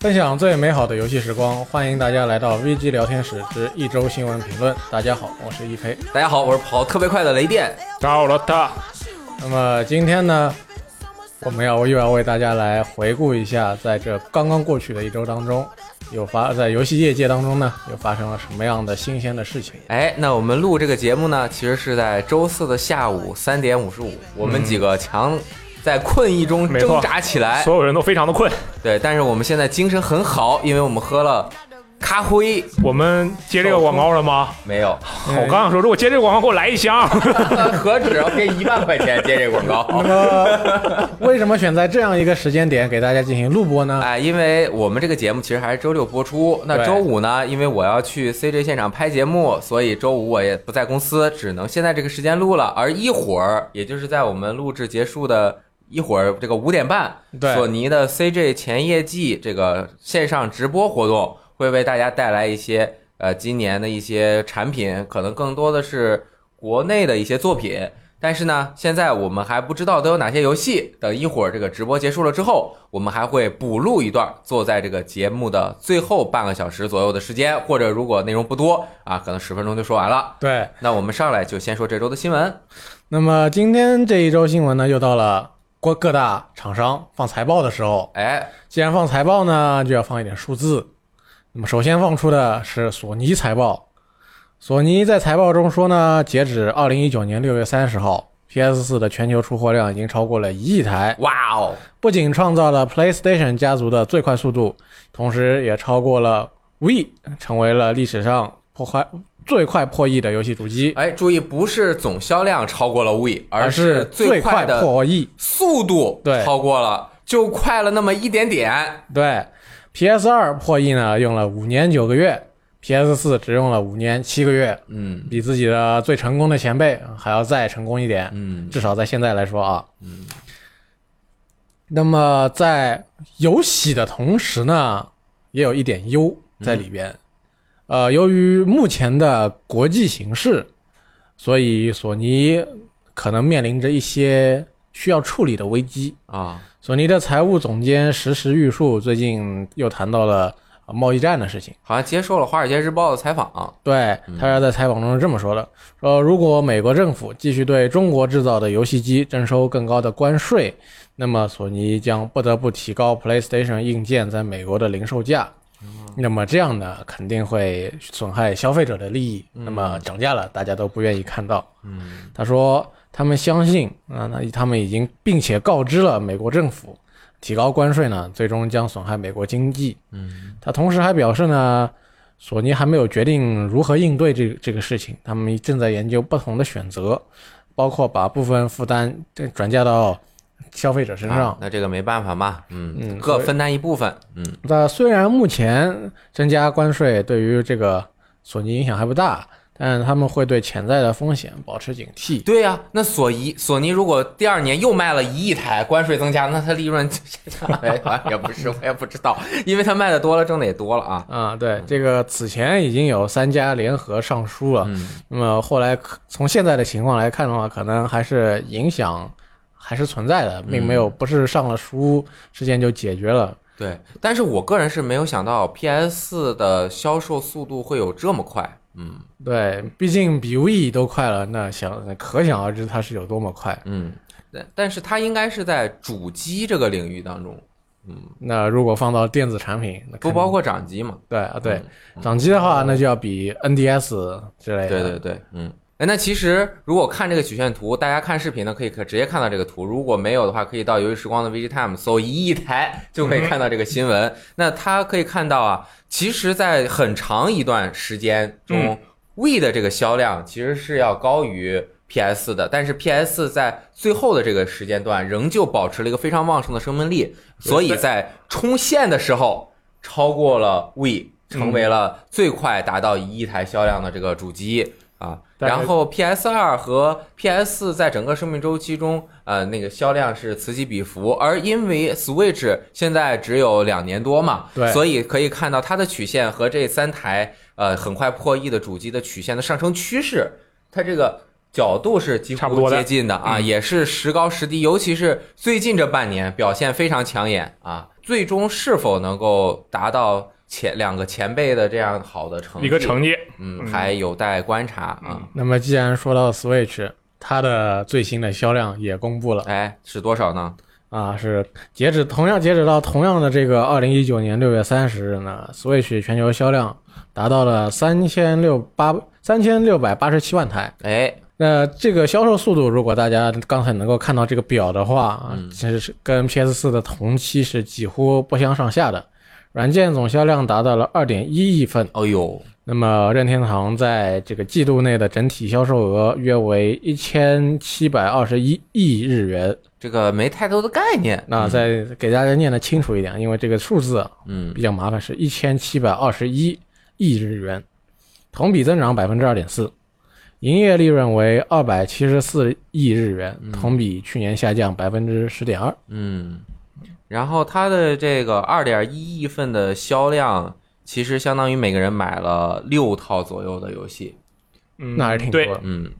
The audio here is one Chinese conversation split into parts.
分享最美好的游戏时光，欢迎大家来到 VG 聊天室之一周新闻评论。大家好，我是一 E 飞。大家好，我是跑特别快的雷电。到了他，那么今天呢，我们要又要为大家来回顾一下，在这刚刚过去的一周当中，有发在游戏业界当中呢，又发生了什么样的新鲜的事情？哎，那我们录这个节目呢，其实是在周四的下午三点五十五，我们几个强在困意中嗯没挣错扎起来。所有人都非常的困。对，但是我们现在精神很好，因为我们喝了咖啡。我们接这个广告了吗？没有，我刚想说，如果接这个广告，给我来一啊箱。 何止要给一万块钱接这个广 告？嗯呃， 为什么选在这样一个时间点给大家进行录播呢？哎，因为我们这个节目其实还是周六播出，那对周五呢？因为我要去 CJ 现场拍节目，所以周五我也不在公司，只能现在这个时间录了。而一会儿，也就是在我们录制结束的一会儿，这个五点半，对索尼的 CJ 前夜祭这个线上直播活动会为大家带来一些呃今年的一些产品，可能更多的是国内的一些作品。但是呢，现在我们还不知道都有哪些游戏。等一会儿这个直播结束了之后，我们还会补录一段，坐在这个节目的最后半个小时左右的时间，或者如果内容不多啊，可能十分钟就说完了。对，那我们上来就先说这周的新闻。那么今天这一周新闻呢，又到了各各大厂商放财报的时候。哎，既然放财报呢，就要放一点数字。那么首先放出的是索尼财报。索尼在财报中说呢，截止二零一九年六月三十号，PS4 的全球出货量已经超过了一亿台，哇哦，不仅创造了 PlayStation 家族的最快速度，同时也超过了 Wii，成为了历史上破坏最快破亿的游戏主机，哎，注意，不是总销量超过了 We，而是最快快的破亿。速度对超过了，就快了那么一点点。对，PS 二破亿呢用了五年九个月，PS 四只用了五年七个月，嗯比自己的最成功的前辈还要再成功一点，嗯，至少在现在来说啊。那么在有喜的同时呢，也有一点忧在里边。呃，由于目前的国际形势，所以索尼可能面临着一些需要处理的危机。啊，索尼的财务总监石时玉树最近又谈到了呃贸易战的事情。好像接受了《华尔街日报》的采访。对，他是在采访中是这么说的：说如果美国政府继续对中国制造的游戏机征收更高的关税，那么索尼将不得不提高 PlayStation 硬件在美国的零售价。那么这样呢，肯定会损害消费者的利益。那么涨价了，大家都不愿意看到。嗯，他说，他们相信啊，那他们已经并且告知了美国政府，提高关税呢，最终将损害美国经济。嗯，他同时还表示呢，索尼还没有决定如何应对这这个事情，他们正在研究不同的选择，包括把部分负担这转嫁到消费者身上。啊那这个没办法嘛，嗯，嗯各分担一部分。嗯，那虽然目前增加关税对于这个索尼影响还不大，但他们会对潜在的风险保持警惕。对呀、那索尼索尼如果第二年又卖了一亿台，关税增加，那它利润哎好 像也不是，我也不知道，因为它卖的多了，挣的也多了啊。啊，对，这个此前已经有三家联合上书了，嗯那么后来可从现在的情况来看的话，可能还是影响还是存在的，并没有不是上了书事件就解决了。对，但是我个人是没有想到 PS 的销售速度会有这么快。嗯对，毕竟比 We 都快了，那想可想而知它是有多么快。嗯，但但是它应该是在主机这个领域当中，那如果放到电子产品，那肯不定包括掌机嘛。对啊对，掌机的话，那就要比 NDS 之类的。对对对，嗯。哎，那其实如果看这个曲线图，大家看视频呢，可以可直接看到这个图；如果没有的话，可以到游戏时光的 VG Time 搜一亿台，就可以看到这个 新闻。那它可以看到啊，其实，在很长一段时间嗯中、w e 的这个销量其实是要高于 PS 的，但是 PS 在最后的这个时间段仍旧保持了一个非常旺盛的生命力，所以在冲线的时候超过了 We，成嗯为了最快达到一亿台销量的这个主机。啊，但是然后 PS 二和 PS 在整个生命周期中，呃，那个销量是此起彼伏，而因为 Switch 现在只有两年多嘛，对所以可以看到它的曲线和这三台呃很快破亿的主机的曲线的上升趋势，它这个角度是几差不乎多的接嗯近的啊，也是时高时低，尤其是最近这半年表现非常抢眼啊。最终是否能够达到前两个前辈的这样好的成绩，一个成绩，嗯，嗯还有待观察啊。那么既然说到 Switch，它的最新的销量也公布了嗯哎，是多少呢？啊，是截止同样截止到同样的这个二零一九年六月三十日呢，Switch 全球销量达到了三千六八三千六百八十七万台。哎，那这个销售速度，如果大家刚才能够看到这个表的话，啊，其实是跟 PS 四的同期是几乎不相上下的。软件总销量达到了二点一亿份，哦呦，那么任天堂在这个季度内的整体销售额约为一千七百二十一亿日元。这个没太多的概念。嗯那再给大家念的清楚一点，因为这个数字啊嗯，比较麻烦，是一千七百二十一亿日元，同比增长百分之二点四，营业利润为二百七十四亿日元，嗯同比去年下降百分之十点二。嗯，然后它的这个二点一亿份的销量，其实相当于每个人买了六套左右的游戏。嗯，那还是挺多对的。嗯，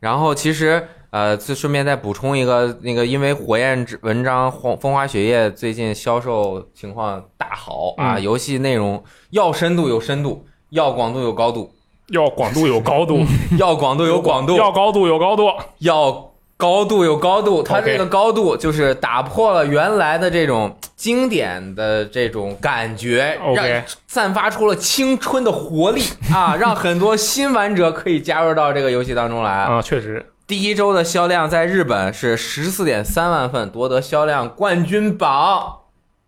然后其实呃，就顺便再补充一个，那个因为火焰之文章风风花雪夜最近销售情况大好啊，嗯游戏内容要深度有深度，要广度有高度，要广度有高度，要广 度有广度， 要高度有高度，要高度有高度，它这个高度就是打破了原来的这种经典的这种感觉， OK 让散发出了青春的活力啊，让很多新玩者可以加入到这个游戏当中来。啊，确实，第一周的销量在日本是十四点三万份，夺得销量冠军榜，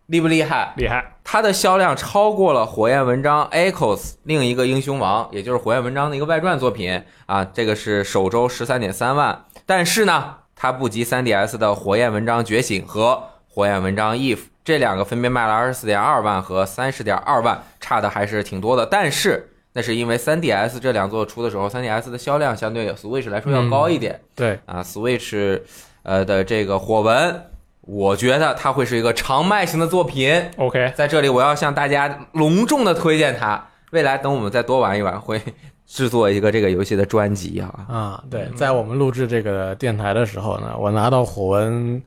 厉不厉害？厉害，它的销量超过了《火焰文章 Echoes》另一个英雄王，也就是《火焰文章》的一个外传作品啊，这个是首周十三点三万，但是呢，它不及 3DS 的《火焰文章觉醒》和《火焰文章 Eve》这两个分别卖了二十四点二万和三十点二万，差的还是挺多的。但是那是因为 3DS 这两座出的时候，3DS 的销量相对 Switch 来说要高一点，对，啊，Switch 呃的这个火纹，我觉得它会是一个长卖型的作品。 OK，在这里，我要向大家隆重的推荐它。未来等我们再多玩一玩，会制作一个这个游戏的专辑啊。啊，嗯对，在我们录制这个电台的时候呢，我拿到火纹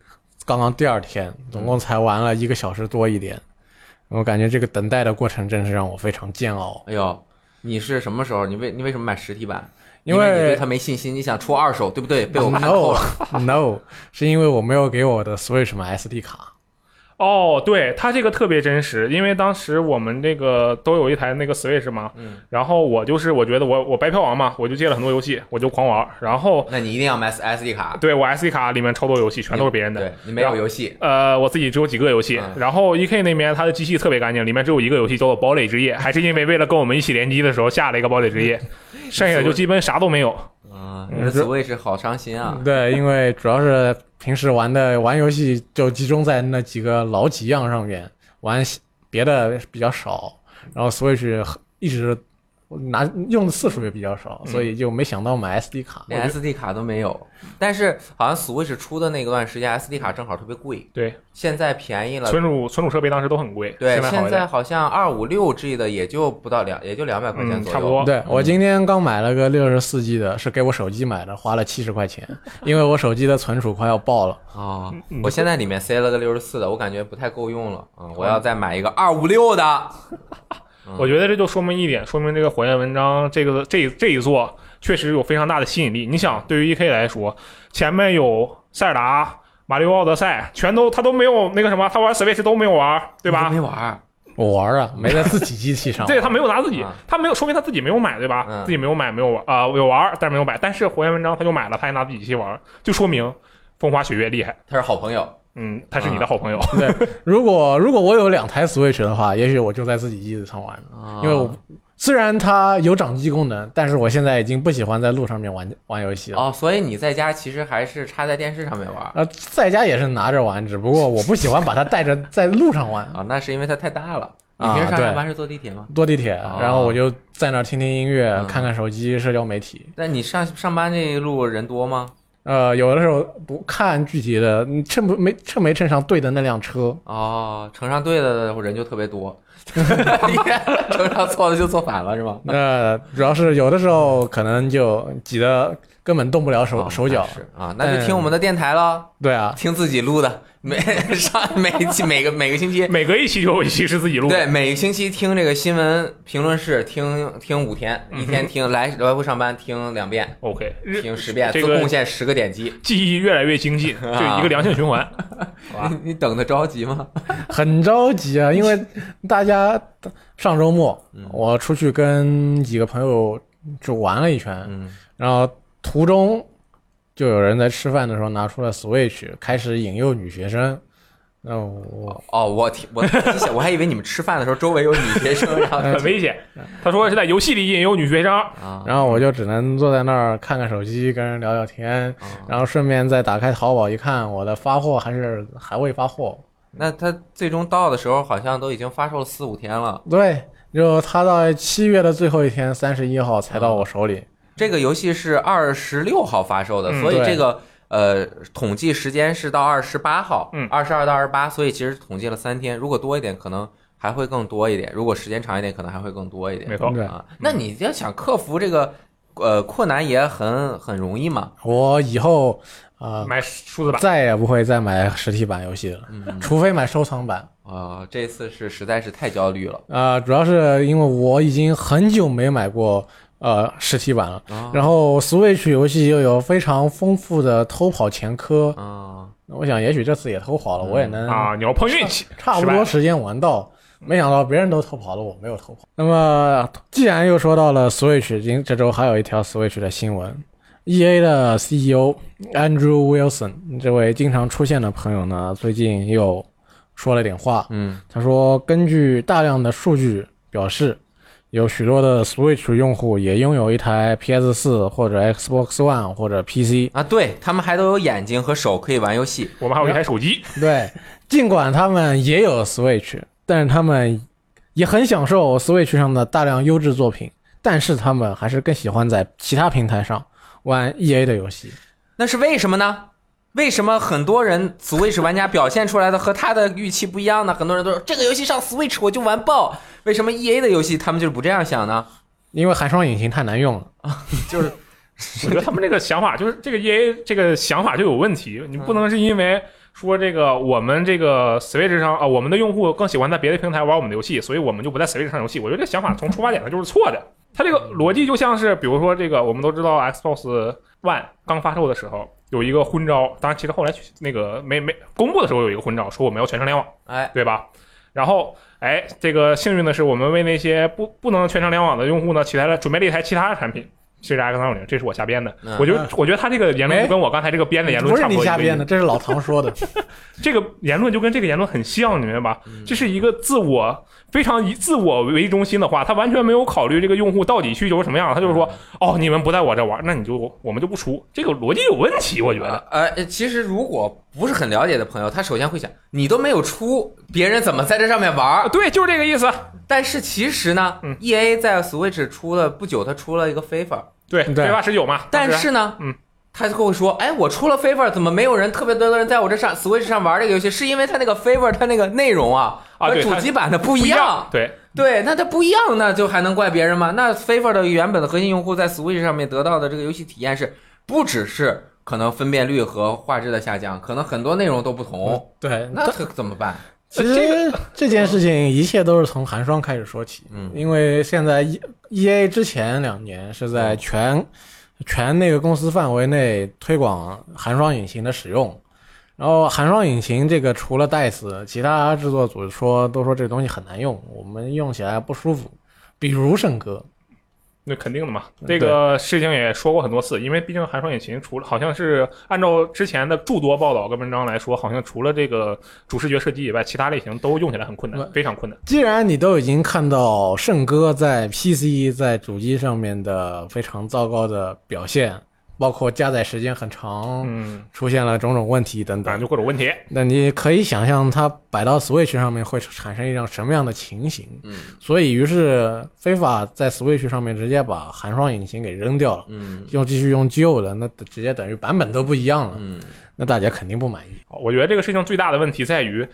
刚刚第二天，嗯总共才玩了一个小时多一点。我感觉这个等待的过程真是让我非常煎熬，啊哎呦，你是什么时候？你为你为什么买实体版？因为为你对它没信心，你想出二手，对不对？被我看透了。 no no，是因为我没有给我的 Switch 买 SD 卡。哦，对，它这个特别真实，因为当时我们这个都有一台那个 Switch 嘛，嗯，然后我就是我觉得我我白嫖王嘛，我就借了很多游戏，我就狂玩，然后那你一定要买 SD 卡，对我 SD 卡里面超多游戏，全都是别人的。对你没有游戏。呃，我自己只有几个游戏，嗯然后 E K 那边它的机器特别干净，里面只有一个游戏叫做《堡垒之夜》，还是因为为了跟我们一起联机的时候下了一个《堡垒之夜》， 剩下的就基本啥都没有。啊，嗯你的 Switch 好伤心啊。对，因为主要是平时玩的玩游戏就集中在那几个老几样上面，玩别的比较少，然后 Switch 很一直拿用的次数也比较少，嗯所以就没想到买 SD 卡。连 SD 卡都没有。但是好像 Switch 出的那段时间，SD 卡正好特别贵，对，现在便宜了。存储存储设备当时都很贵，对，现现在好一点在。好像二五六 G 的也就不到两，也就两百块钱嗯左右，差不多对我今天刚买了个六十四 G 的，是给我手机买的，花了七十块钱，因为我手机的存储快要爆了。啊、嗯我现在里面塞了个六十四的，我感觉不太够用了啊、我嗯要再买一个二五六的。嗯我觉得这就说明一点，说明这个火焰文章这个这这一座确实有非常大的吸引力。你想，对于 E K 来说，前面有塞尔达、马里奥奥德赛，全都他都没有那个什么，他玩 Switch 都没有玩，对吧你？都没玩儿，我玩啊，没在自己机器上玩。对他没有拿自己啊，他没有说明他自己没有买，对吧？嗯自己没有买，没有玩啊、有玩，但是没有买。但是火焰文章他就买了，他也拿自己机器玩，就说明风花雪月厉害。他是好朋友。嗯，他是你的好朋友，对，如果如果我有两台 Switch 的话，也许我就在自己机子上玩了，哦啊因为我虽然它有掌机功能，但是我现在已经不喜欢在路上面玩 玩游戏了。哦，所以你在家其实还是插在电视上面玩儿呃，在家也是拿着玩，只不过我不喜欢把它带着 在路上玩，啊？那是因为它太大了。你啊平时上下对班是坐地铁吗？坐地铁哦，然后我就在那儿听听音乐，嗯看看手机、社交媒体。那你上上班这一路人多吗？呃，有的时候不看具体的，你趁不没趁没趁上对的那辆车，哦，乘上对的人就特别多， 你看乘上错的就坐反了是吗？那、主要是有的时候可能就挤得根本动不了手、哦手脚哎那。是啊，那就听我们的电台了，对啊，听自己录的，每 上每期每个每个星期，每隔一期就有一期是自己录的。对，每个星期听这个新闻评论室听听五天，一天听来来回上班听两遍， OK，日听十遍，这做个贡献十个点 击，记忆越来越精 进，就一个良性循环。哇你你等的着急吗？很着急啊，因为大家上周末嗯我出去跟几个朋友就玩了一圈，嗯，然后途中就有人在吃饭的时候拿出了 Switch，开始引诱女学生。那我哦，我听我我还以为你们吃饭的时候周围有女学生， 哎然后很危险。他说是在游戏里引诱女学生，啊，然后我就只能坐在那儿看看手机，跟人聊聊天，哦然后顺便再打开淘宝一看，我的发货还是还未发货。那他最终到的时候好像都已经发售了四五天了。对，就他到七月的最后一天，三十一号才哦到我手里。这个游戏是二十六号发售的，嗯所以对这个呃统计时间是到二十八号，嗯二十二到二十八，所以其实统计了三天，如果多一点可能还会更多一点，如果时间长一点可能还会更多一点没。错，对，啊，那你要想克服这个呃困难也很很容易嘛，我以后啊、呃买数字版。再也不会再买实体版游戏了，嗯除非买收藏版。啊、这次是实在是太焦虑了，啊、主要是因为我已经很久没买过呃实体版了。哦啊然后 Switch 游戏又有非常丰富的偷跑前科，啊，我想也许这次也偷跑了，我也能啊，你要碰运气，差不失败多了时间玩到。没想到别人都偷跑了，我没有偷跑。那么，既然又说到了 Switch，今这周还有一条 Switch 的新闻，EA 的 CEO Andrew Wilson 这位经常出现的朋友呢，最近又说了点话。嗯他说，根据大量的数据表示，有许多的 Switch 用户也拥有一台 PS 4或者 Xbox One 或者 PC。啊，对他们还都有眼睛和手可以玩游戏，我们还有一台手机， 对，尽管他们也有 Switch，但是他们也很享受 Switch 上的大量优质作品，但是他们还是更喜欢在其他平台上玩 EA 的游戏。那是为什么呢？为什么很多人 Switch 玩家表现出来的和他的预期不一样呢？很多人都说这个游戏上 Switch 我就玩爆，为什么 EA 的游戏他们就是不这样想呢？因为寒霜引擎太难用了，就是我觉得他们这个想法就是这个 E A 这个想法就有问题。你不能是因为说这个我们这个 Switch 上啊，我们的用户更喜欢在别的平台玩我们的游戏，所以我们就不在 Switch 上游戏。我觉得这个想法从出发点它就是错的。它这个逻辑就像是，比如说这个我们都知道 Xbox One 刚发售的时候有一个昏招，当然其实后来那个没没公布的时候有一个昏招，说我们要全程联网。哎，对吧？然后，哎，这个幸运的是，我们为那些不不能全程联网的用户呢，起来了准备了一台其他的产品，这是 X 三五零，这是我瞎编的。嗯我觉得，我觉得他这个言论哎就跟我刚才这个编的言论不是差不你多一个意思。瞎编的，这是老唐说的。 这个言论就跟这个言论很像，你明白吧？嗯这是一个自我非常以自我为中心的话，他完全没有考虑这个用户到底需求是什么样的，他就是说，嗯哦，你们不在我这玩，那你就我们就不出，这个逻辑有问题，我觉得。呃，其实如果不是很了解的朋友，他首先会想，你都没有出，别人怎么在这上面玩啊，？对，就是这个意思。但是其实呢、嗯 e a 在 Switch 出了不久，它出了一个 FIFA，对，对非法十九嘛。但当时是呢，嗯。他就会说：“哎，我出了 favor，怎么没有人特别多的人在我这上 Switch 上玩这个游戏？是因为它那个 favor 它那个内容啊，啊和对主它机版的不不一样。对，对，那它不一样，那就还能怪别人吗？那 favor 的原本的核心用户在 Switch 上面得到的这个游戏体验是，不只是可能分辨率和画质的下降，可能很多内容都不同。对，嗯那它怎么办？其实这件事情一切都是从寒霜开始说起，嗯因为现在 E E A 之前两年是在全、全那个公司范围内推广寒霜引擎的使用，然后寒霜引擎这个除了 DICE，其他制作组说都说这东西很难用，我们用起来不舒服，比如圣歌，那肯定的嘛，嗯这个事情也说过很多次，因为毕竟寒霜引擎除了好像是按照之前的诸多报道跟文章来说，好像除了这个主视觉设计以外，其他类型都用起来很困难，嗯非常困难。既然你都已经看到圣歌在 PC 在主机上面的非常糟糕的表现，包括加载时间很长。嗯，出现了种种问题等反等。正就各种问题。那你可以想象它摆到 Switch 上面会产生一种什么样的情形。嗯所以，于是非法在 Switch 上面直接把寒霜引擎给扔掉了，嗯又继续用旧的，那直接等于版本都不一样了。嗯，那大家肯定不满意。我觉得这个事情最大的问题在于。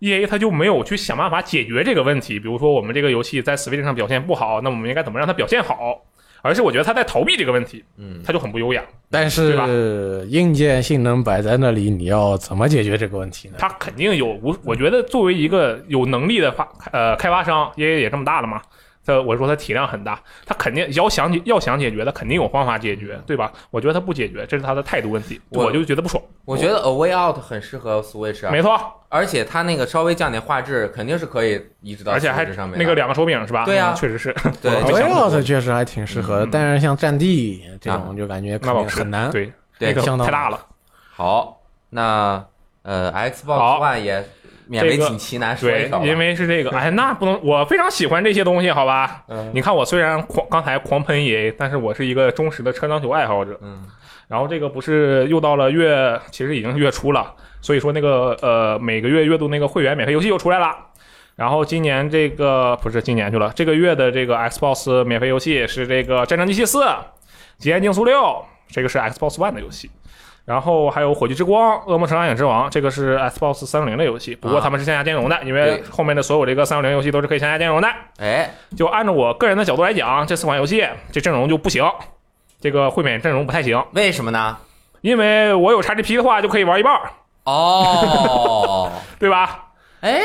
E A 他就没有去想办法解决这个问题，比如说我们这个游戏在 Switch 上表现不好，那我们应该怎么让它表现好？而且我觉得他在逃避这个问题，嗯，他就很不优雅。但对吧是硬件性能摆在那里，你要怎么解决这个问题呢？他肯定有无，我觉得作为一个有能力的发呃开发商，因为也这么大了嘛，他我说他体量很大，他肯定要想解要想解决，他肯定有方法解决，对吧？我觉得他不解决，这是他的态度问题，我我就觉得不爽。我觉得 A Way Out 很适合 Switch，啊没错，而且它那个稍微降点画质，肯定是可以移植到而且还 Switch 上面的。那个两个手柄是吧？对啊嗯确实是。对，我就想没 v 想 o 过 s 确实还挺适合的，嗯但是像战地这啊种就感觉肯那定倒是很难。对，对那个相当太大了。好，那呃 Xbox 好 One 也勉为这个其其难说一对口吧，，因为是 这个，哎，那不能，我非常喜欢这些东西，好吧？嗯你看我虽然狂刚才狂喷 EA，但是我是一个忠实的车篮球爱好者。嗯然后这个不是又到了月，其实已经是月初了，所以说那个呃每个月月度那个会员免费游戏又出来了。然后今年这个不是今年去了，这个月的这个 Xbox 免费游戏是这个《战争机器四》《极限竞速六》，这个是 Xbox One 的游戏。然后还有《火炬之光》《恶魔城：暗影之王》，这个是 Xbox 三六零的游戏，不过啊他们是线下兼容的，因为对后面的所有这个三六零游戏都是可以线下兼容的。哎，就按照我个人的角度来讲，这四款游戏这阵容就不行，这个会免阵容不太行。为什么呢？因为我有 XGP 的话就可以玩一半儿，哦，对吧？哎，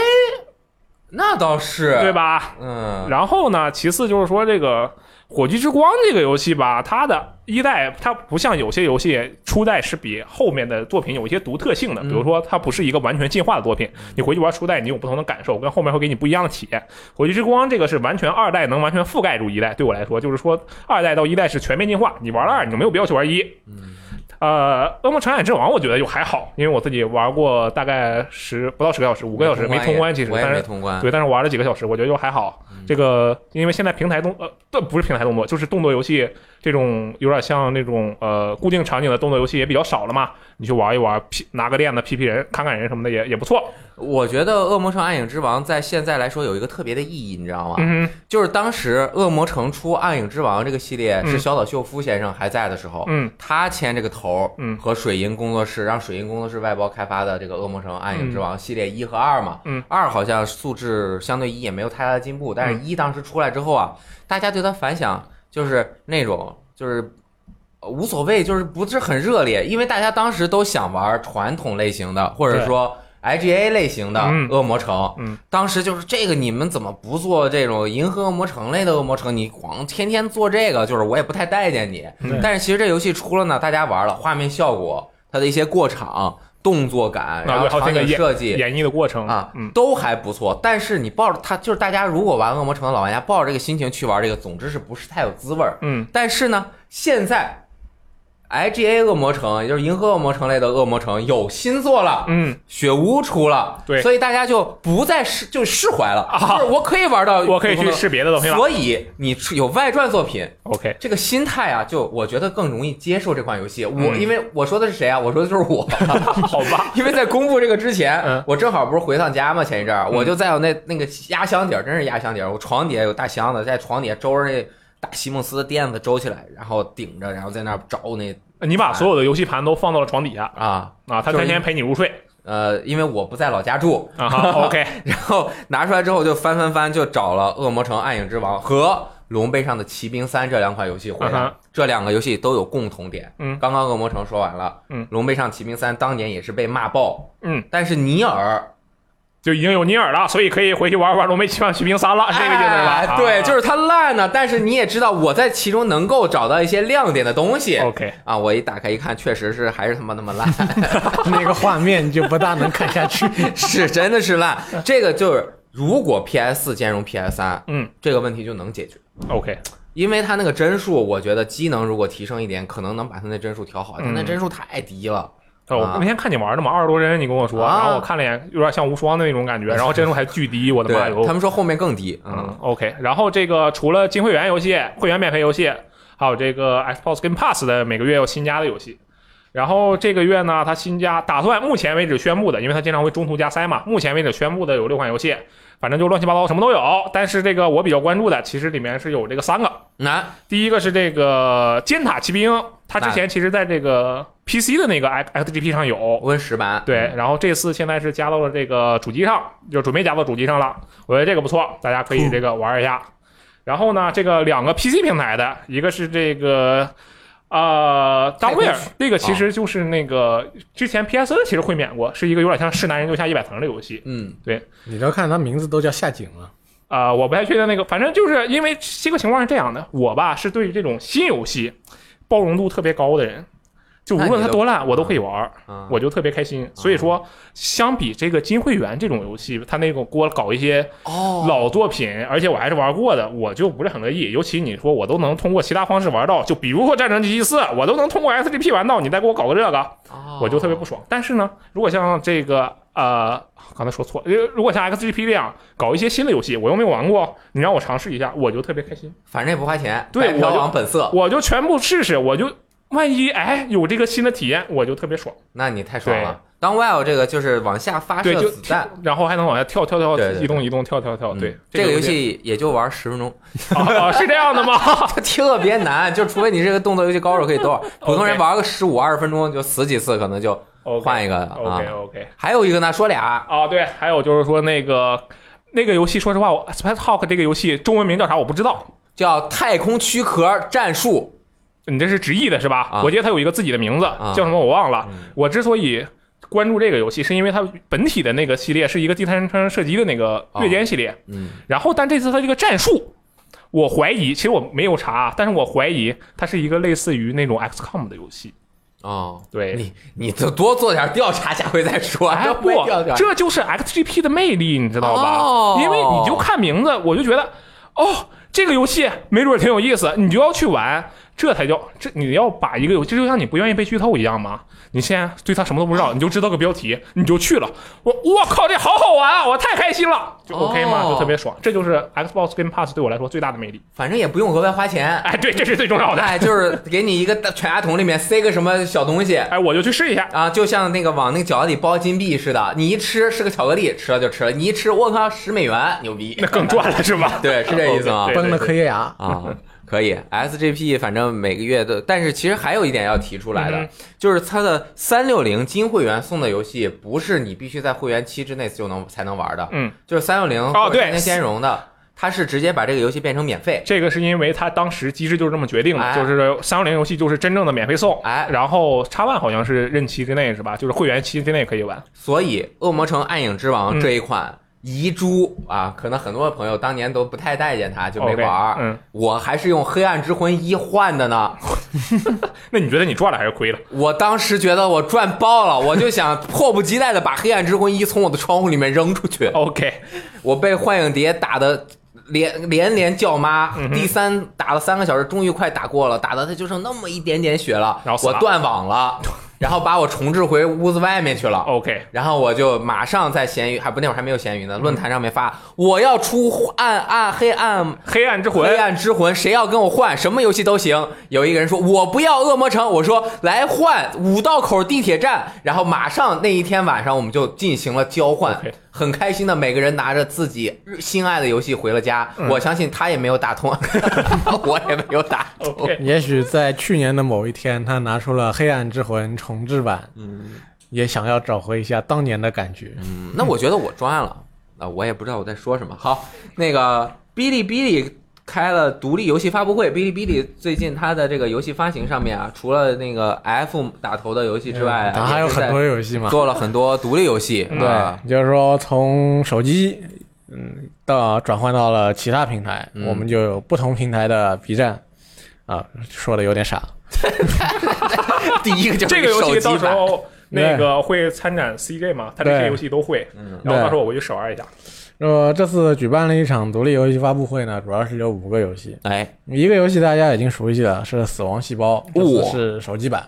那倒是，对？吧？嗯，然后呢，其次就是说这个《火炬之光》这个游戏吧，它的一代它不像有些游戏初代是比后面的作品有一些独特性嗯的，比如说它不是一个完全进化的作品，你回去玩初代你有不同的感受，跟后面会给你不一样的体验。《火炬之光》这个是完全二代能完全覆盖住一代，对我来说就是说二代到一代是全面进化，你玩了二你就没有必要去玩一。嗯呃，《恶魔城海之王》我觉得就还好，因为我自己玩过大概十不到十个小时，五个小时没通关，其实我也但没是通关，对，但是玩了几个小时，我觉得就还好。嗯这个因为现在平台动呃，不不是平台动作，就是动作游戏这种有点像那种呃固定场景的动作游戏也比较少了嘛。你去玩一玩，劈拿个链子劈劈人、砍砍人什么的也也不错。我觉得《恶魔城：暗影之王》在现在来说有一个特别的意义，你知道吗？嗯就是当时《恶魔城》出《暗影之王》这个系列嗯是小岛秀夫先生还在的时候，嗯，他牵这个头，嗯和水银工作室让水银工作室外包开发的这个《恶魔城：暗影之王》系列一和二嘛，嗯，二好像素质相对一也没有太大的进步，但是一当时出来之后啊，大家对它反响就是那种就是。呃无所谓，就是不是很热烈，因为大家当时都想玩传统类型的，或者对说 IGA 类型的嗯《恶魔城》，嗯当时就是这个，你们怎么不做这种银河恶魔城类的恶魔城？你光天天做这个，就是我也不太待见你嗯对。但是其实这游戏出了呢，大家玩了，画面效果、它的一些过场、动作感，啊哎然后对还有场这景个设计演绎的过程啊嗯，，都还不错。但是你抱着它，就是大家如果玩恶魔城的老玩家，抱着这个心情去玩这个，总之是不是太有滋味儿？嗯，但是呢，现在 IGA 恶魔城，也就是银河恶魔城类的恶魔城有新作了，嗯，雪屋出了，对所以大家就不再释就释怀了，啊就是我可以玩到， 我可以去试别的东西了。所以你出有外传作品，OK，这个心态啊，就我觉得更容易接受这款游戏。我、嗯因为我说的是谁啊？我说的就是 我。好吧，因为在公布这个之前，嗯我正好不是回趟家嘛，前一阵儿我就在我那那个压箱底儿，真是压箱底儿，我床底下有大箱子，在床底下周着那大席梦思的垫子周起来，然后顶着，然后在那儿找那你把所有的游戏盘都放到了床底下啊啊，他哎就是天天陪你入睡呃，因为我不在老家住，啊。好 OK，然后拿出来之后就翻翻翻，就找了《恶魔城：暗影之王》和《龙背上的骑兵三》这两款游戏回来。嗯哼这两个游戏都有共同点，嗯刚刚《恶魔城》说完了，嗯龙背上骑兵三》当年也是被骂爆，嗯，但是尼尔就已经有尼尔了，所以可以回去玩玩《龙背奇幻骑兵三》了，啊是这个意思是吧？啊哎对，就是是它烂呢，但是你也知道我在其中能够找到一些亮点的东西。 OK。啊，我一打开一看，确实是还是他妈那么烂。 那个画面就不大能看下去。是真的是烂。这个就是如果 PS 四兼容 PS 三，嗯，这个问题就能解决。 OK，因为它那个帧数，我觉得机能如果提升一点，可能能把它那帧数调好，但那嗯帧数太低了。哦，啊我那天看你玩的嘛，二十多帧，你跟我说，啊然后我看了一眼，有点像无双的那种感觉，然后帧数还巨低，我的妈对，他哟！们说后面更低。嗯，嗯，OK，然后这个除了金会员游戏、会员免费游戏，还有这个 Xbox Game Pass 的每个月要新加的游戏。然后这个月呢，它新加打算目前为止宣布的，因为它经常会中途加塞嘛，目前为止宣布的有六款游戏，反正就乱七八糟什么都有。但是这个我比较关注的，其实里面是有这个三个，难第一个是这个尖塔骑兵，它之前其实在这个 PC 的那个 X XGP 上有， Win 十版。对，，然后这次现在是加到了这个主机上，就准备加到主机上了。我觉得这个不错，大家可以这个玩一下。然后呢，这个两个 PC 平台的，一个是这个。呃，太当空威尔虚那个其实就是那个之前 PSN 其实会免过，是一个有点像《是男人就下一百层》的游戏。嗯，你都看他名字都叫夏井了，啊、我不太确定那个，反正就是因为这个情况是这样的，我吧是对这种新游戏包容度特别高的人，就无论它多烂，我都可以玩儿，啊我就特别开心。所以说，相比这个金会员这种游戏，它那个给我搞一些哦，老作品，而且我还是玩过的，我就不是很乐意。尤其你说我都能通过其他方式玩到，就比如说《战争机器四》，我都能通过 SGP 玩到，你再给我搞个这个，哦我就特别不爽。但是呢，如果像这个呃，刚才说错，因为如果像 XGP 这样搞一些新的游戏，我又没有玩过，你让我尝试一下，我就特别开心，反正也不花钱，对白嫖我就网本色，我就全部试试，我就万一哎有这个新的体验，我就特别爽。那你太爽了。当 Wow 这个就是往下发对，射就子弹，然后还能往下跳跳跳，对对对移动移动跳跳跳。对嗯，这个游游 戏戏也就玩十分钟，啊啊是这样的吗？ 它特别难，就除非你是个动作游戏高手，可以多 玩。普通人 OK 玩个十五二十分钟就死几次，可能就换一个啊 OK。OK 还有一个呢，说俩啊，对，还有就是说那个。那个游戏，说实话，我 Space Hawk 这个游戏中文名叫啥我不知道，叫太空躯壳战术，你这是直译的是啊吧？嗯我记得它有一个自己的名字，叫什么我忘了。我之所以关注这个游戏，是因为它本体的那个系列是一个第三人称射击的那个哦月间系列。嗯，然后，但这次它这个战术，我怀疑，其实我没有查，但是我怀疑它是一个类似于那种 XCOM 的游戏。哦，对你你就多做点调查，下回再说。哎这不会调查，这就是 XGP 的魅力，你知道吧？哦因为你就看名字，我就觉得，哦，这个游戏没准挺有意思，你就要去玩，这才叫这你要把一个游戏，这就像你不愿意被剧透一样嘛。你现在对它什么都不知道，你就知道个标题，你就去了。我我靠，这好好玩啊！我太开心了，就哦 OK 嘛，就特别爽。这就是 Xbox Game Pass 对我来说最大的魅力。反正也不用额外花钱， 哎，对，这是最重要的。哎，就是给你一个大全家桶，里面塞个什么小东西。哎，我就去试一下。啊，就像那个往那个饺子里包金币似的，你一吃是个巧克力，吃了就吃了，你一吃，我靠，十美元，牛逼！那更赚了是吧？ 对，是这意思吗？对对崩了对颗牙。啊，可以。SGP 反正每个月都，但是其实还有一点要提出来的，嗯哼就是它的三六零金会员送的游戏，不是你必须在会员期之内就能才能玩的，嗯，就是三六零哦对兼容的，它是直接把这个游戏变成免费。这个是因为它当时机制就是这么决定的，哎就是三六零游戏就是真正的免费送，哎然后叉 One 好像是任期之内是吧？就是会员期之内可以玩，所以《恶魔城：暗影之王》嗯这一款遗珠啊，可能很多朋友当年都不太待见它，就没 OK，玩儿。嗯，我还是用《黑暗之魂一》换的呢。那你觉得你赚了还是亏了？我当时觉得我赚爆了，我就想迫不及待的把《黑暗之魂一》从我的窗户里面扔出去。 OK，我被幻影蝶打的连连连叫妈，嗯第三打了三个小时，终于快打过了，打的他就剩那么一点点血了，然后死我了断网了，然后把我重置回屋子外面去了。 OK，然后我就马上在闲鱼，还不那会儿还没有闲鱼呢，论坛上面嗯发，我要出暗暗黑暗黑暗之魂黑暗之魂，谁要跟我换，什么游戏都行。有一个人说我不要恶魔城，我说来换五道口地铁站。然后马上那一天晚上我们就进行了交换 OK 很开心的，每个人拿着自己心爱的游戏回了家。嗯我相信他也没有打通， 我也没有打通。 OK，也许在去年的某一天，他拿出了《黑暗之魂》重置版，嗯也想要找回一下当年的感觉。嗯那我觉得我赚了，啊，我也不知道我在说什么。好，那个哔哩哔哩开了独立游戏发布会，哔哩哔哩最近它的这个游戏发行上面啊，除了那个 F 打头的游戏之外，它哎还有很多游戏嘛，嗯做了很多独立游戏，啊吧？对，就是说从手机，嗯，到转换到了其他平台，嗯我们就有不同平台的 B 站，啊，说的有点傻，第一个就是这个游戏手到机时版，候那个会参展 CJ 嘛，它这些游戏都会，嗯然后到时候我回去手玩一下。那么呃这次举办了一场独立游戏发布会呢，主要是有五个游戏，哎，一个游戏大家已经熟悉了，是《死亡细胞》，这次是手机版，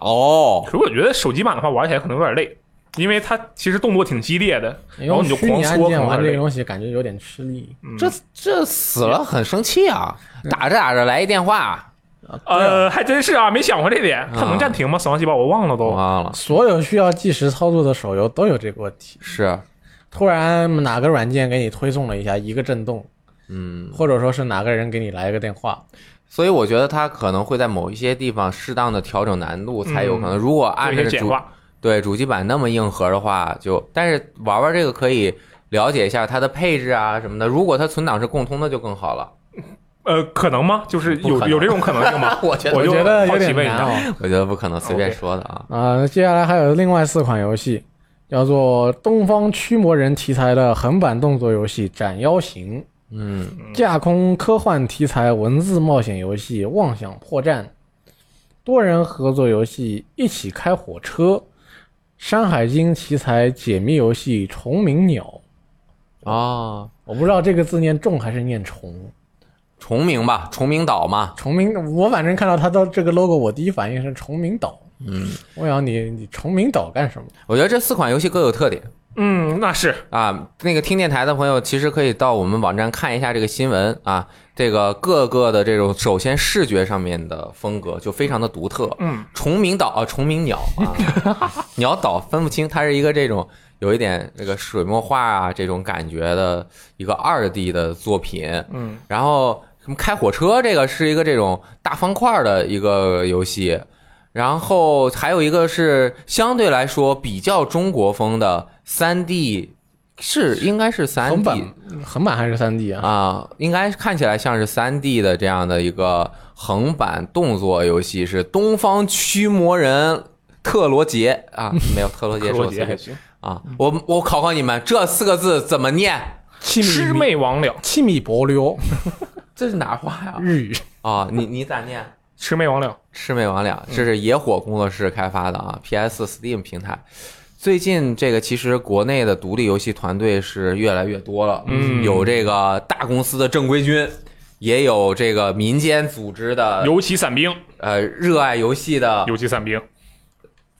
哦可，是我觉得手机版的话玩起来可能有点累，因为它其实动作挺激烈的，然后你就因为哎虚狂拟按键搓可能有玩这个点累。东西感觉有点吃力。嗯这这死了很生气啊！嗯打着打着来一电话，呃，还真是啊，没想过这点。它能暂停吗？死亡细胞我忘了哦我都。忘了，所有需要计时操作的手游都有这个问题，是，突然哪个软件给你推送了一下一个震动，嗯，或者说是哪个人给你来一个电话，所以我觉得它可能会在某一些地方适当的调整难度，才有嗯可能。如果做按一些照简主化，对主机版那么硬核的话，就但是玩玩这个可以了解一下它的配置啊什么的。如果它存档是共通的就更好了，呃，可能吗？就是不可有能？有这种可能性 吗我觉我我就觉得有好奇点问一难下，哦。我觉得不可能随便说的啊。啊、那接下来还有另外四款游戏，叫做东方驱魔人题材的横版动作游戏《斩妖行嗯》，架空科幻题材文字冒险游戏《妄想破绽》，多人合作游戏《一起开火车》，《山海经》题材解谜游戏《虫鸣鸟》。哦，我不知道这个字念重还是念虫。崇明吧，崇明岛嘛，虫鸣，我反正看到它的这个 logo，我第一反应是虫鸣岛。嗯，我想你你虫鸣岛干什么？我觉得这四款游戏各有特点。嗯，那是啊，那个听电台的朋友，其实可以到我们网站看一下这个新闻啊，这个各个的这种，首先视觉上面的风格就非常的独特。嗯，虫鸣岛啊，虫鸣鸟啊， 鸟岛分不清，它是一个这种有一点这个水墨画啊这种感觉的一个二 D 的作品。嗯，然后什么开火车这个是一个这种大方块的一个游戏，然后还有一个是相对来说比较中国风的三 D，是应该是三横 D 版横版还是三 D 啊？啊，应该看起来像是三 D 的这样的一个横版动作游戏，是东方驱魔人。特罗杰啊，没有特罗杰克是我罗自杰还己行，啊，我我考考你们，这四个字怎么念？七魑魅魍魉，七米薄溜这是哪儿话呀？日语，啊，你你咋念？魑魅魍魉，魑魅魍魉，这是野火工作室开发的啊，PS、Steam 平台。最近这个其实国内的独立游戏团队是越来越多了，嗯有这个大公司的正规军，也有这个民间组织的，尤其散兵，呃，热爱游戏的尤其散兵，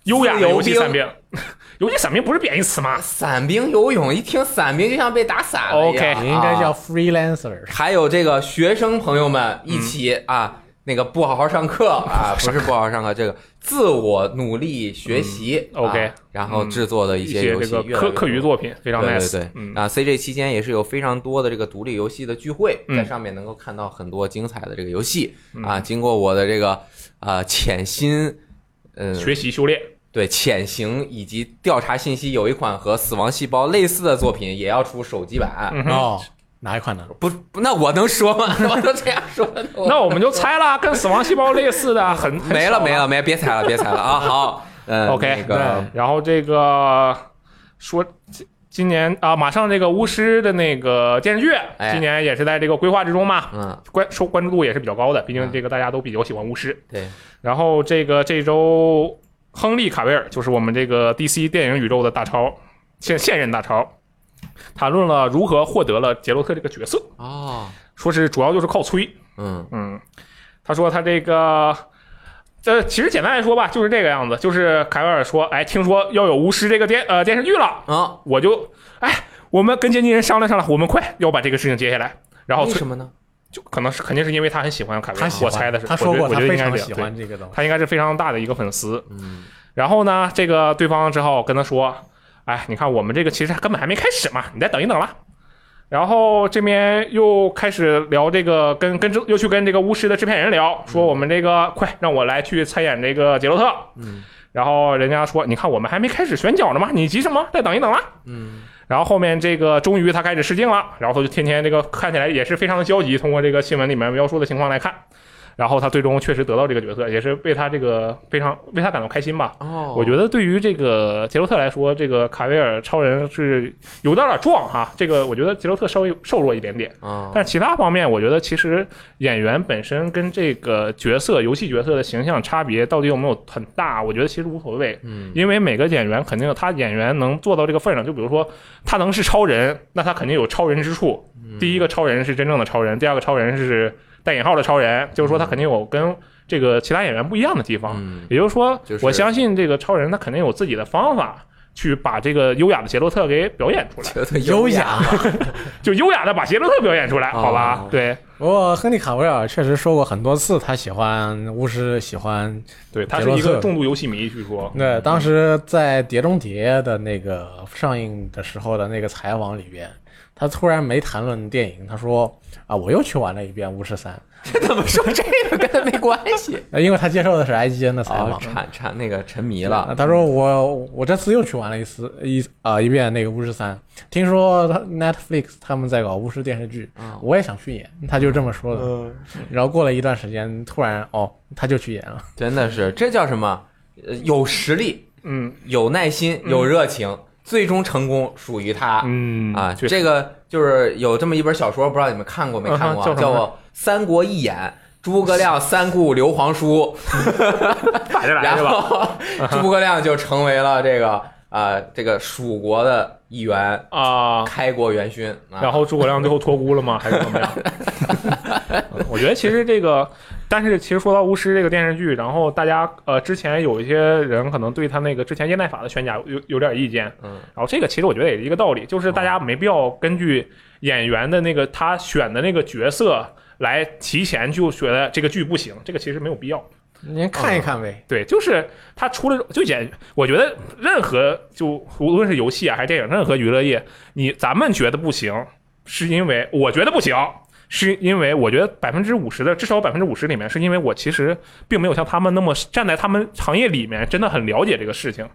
优雅的自由尤其兵散兵， 尤其散兵不是贬义词吗？伞兵游泳，一听伞兵就像被打散了一样 OK 你应该叫 啊 freelancer。还有这个学生朋友们一起嗯啊，那个不好好上课啊，不是不好好上课，这个自我努力学习、嗯 OK 啊然后嗯制作的一一些游这戏，个越来越课课余作品非常对 nice，对对，嗯啊，CJ 期间也是有非常多的这个独立游戏的聚会，嗯在上面能够看到很多精彩的这个游戏啊。经过我的这个啊潜心，嗯，学习修炼，对潜行以及调查信息，有一款和《死亡细胞》类似的作品也要出手机嗯版。哦，哪一款呢？不，不那我能说吗？ 我都这样说， 那我们就猜了，跟死亡细胞类似的，很很没了少没了没了，别猜了别猜了啊！好，嗯 OK，那个然后这个说今今年啊，马上这个巫师的那个电视剧，哎今年也是在这个规划之中嘛，嗯关受关注度也是比较高的，毕竟嗯这个大家都比较喜欢巫师。对，然后这个这周亨利·卡维尔就是我们这个 DC 电影宇宙的大超，现现任大超，谈论了如何获得了杰洛特这个角色，哦，说是主要就是靠催，嗯嗯，他说他这个，呃，其实简单来说吧，就是这个样子，就是凯维尔说，哎，听说要有巫师这个电呃电视剧了，啊，我就，哎，我们跟经纪人商量商量，我们快要把这个事情接下来。然后为崔什么呢？就可能是肯定是因为他很喜欢凯维尔他，喜我欢，猜的是，他说过我他觉得我觉得非应该常是这喜样，对欢这个东西。他应该是非常大的一个粉丝。嗯然后呢，这个对方之后跟他说：“哎，你看我们这个其实根本还没开始嘛，你再等一等啦。”然后这边又开始聊这个，跟跟制又去跟这个巫师的制片人聊，说我们这个快让我来去参演这个杰洛特。嗯然后人家说：“你看我们还没开始选角呢嘛，你急什么？再等一等啦。”嗯，然后后面这个终于他开始试镜了，然后他就天天这个看起来也是非常的焦急。通过这个新闻里面描述的情况来看，然后他最终确实得到这个角色，也是为他这个非常为他感到开心吧。哦，我觉得对于这个杰洛特来说，这个卡维尔超人是有点儿壮哈。这个我觉得杰洛特稍微瘦弱一点点，得啊，但是其他方面，我觉得其实演员本身跟这个角色、游戏角色的形象差别到底有没有很大，我觉得其实无所谓。嗯因为每个演员肯定有他演员能做到这个份上，就比如说他能是超人，那他肯定有超人之处。嗯第一个超人是真正的超人，第二个超人是带引号的超人，就是说他肯定有跟这个其他演员不一样的地方。嗯也就是说，就是我相信这个超人他肯定有自己的方法去把这个优雅的杰洛特给表演出来，觉得优雅， 就优雅的把杰洛特表演出来，哦好吧？对不过亨利·卡维尔确实说过很多次，他喜欢巫师，喜欢对，他杰是洛一个特重度游戏迷，据说。那当时在《碟中谍》的那个上映的时候的那个采访里边，他突然没谈论电影，他说啊，我又去玩了一遍《巫师三这怎么说这个跟他没关 系？》，呃因为他接受的是 IGN 的采哦访，。产产那个沉迷啊了，他说我我这次又去玩了一次一啊、一遍那个《巫师三》，听说他 Netflix 他们在搞巫师电视剧，啊我也想去演，他就这么说的。嗯，然后过了一段时间，突然哦，他就去演了。真的是这叫什么？呃有实力，嗯有耐心，有热情，最终成功属于他。嗯啊，确实这个就是有这么一本小说，不知道你们看过没看过啊，嗯哼叫什叫么《三国一演》。诸葛亮三顾刘皇叔，摆着 来然是吧？嗯后诸葛亮就成为了这个呃这个蜀国的一员，啊，开国元勋啊。然后诸葛亮最后托孤 了吗？还是怎么样？ 嗯我觉得其实这个，但是其实说到巫师这个电视剧，然后大家呃之前有一些人可能对他那个之前叶奈法的宣讲有有点意见，嗯然后这个其实我觉得也是一个道理，就是大家没必要根据演员的那个他选的那个角色来提前就觉得这个剧不行，这个其实没有必要。您看一看呗。对，就是他出了就演，我觉得任何就无论是游戏啊还是电影，任何娱乐业，你咱们觉得不行，是因为我觉得不行，是因为我觉得百分之五十的至少百分之五十里面，是因为我其实并没有像他们那么站在他们行业里面真的很了解这个事情，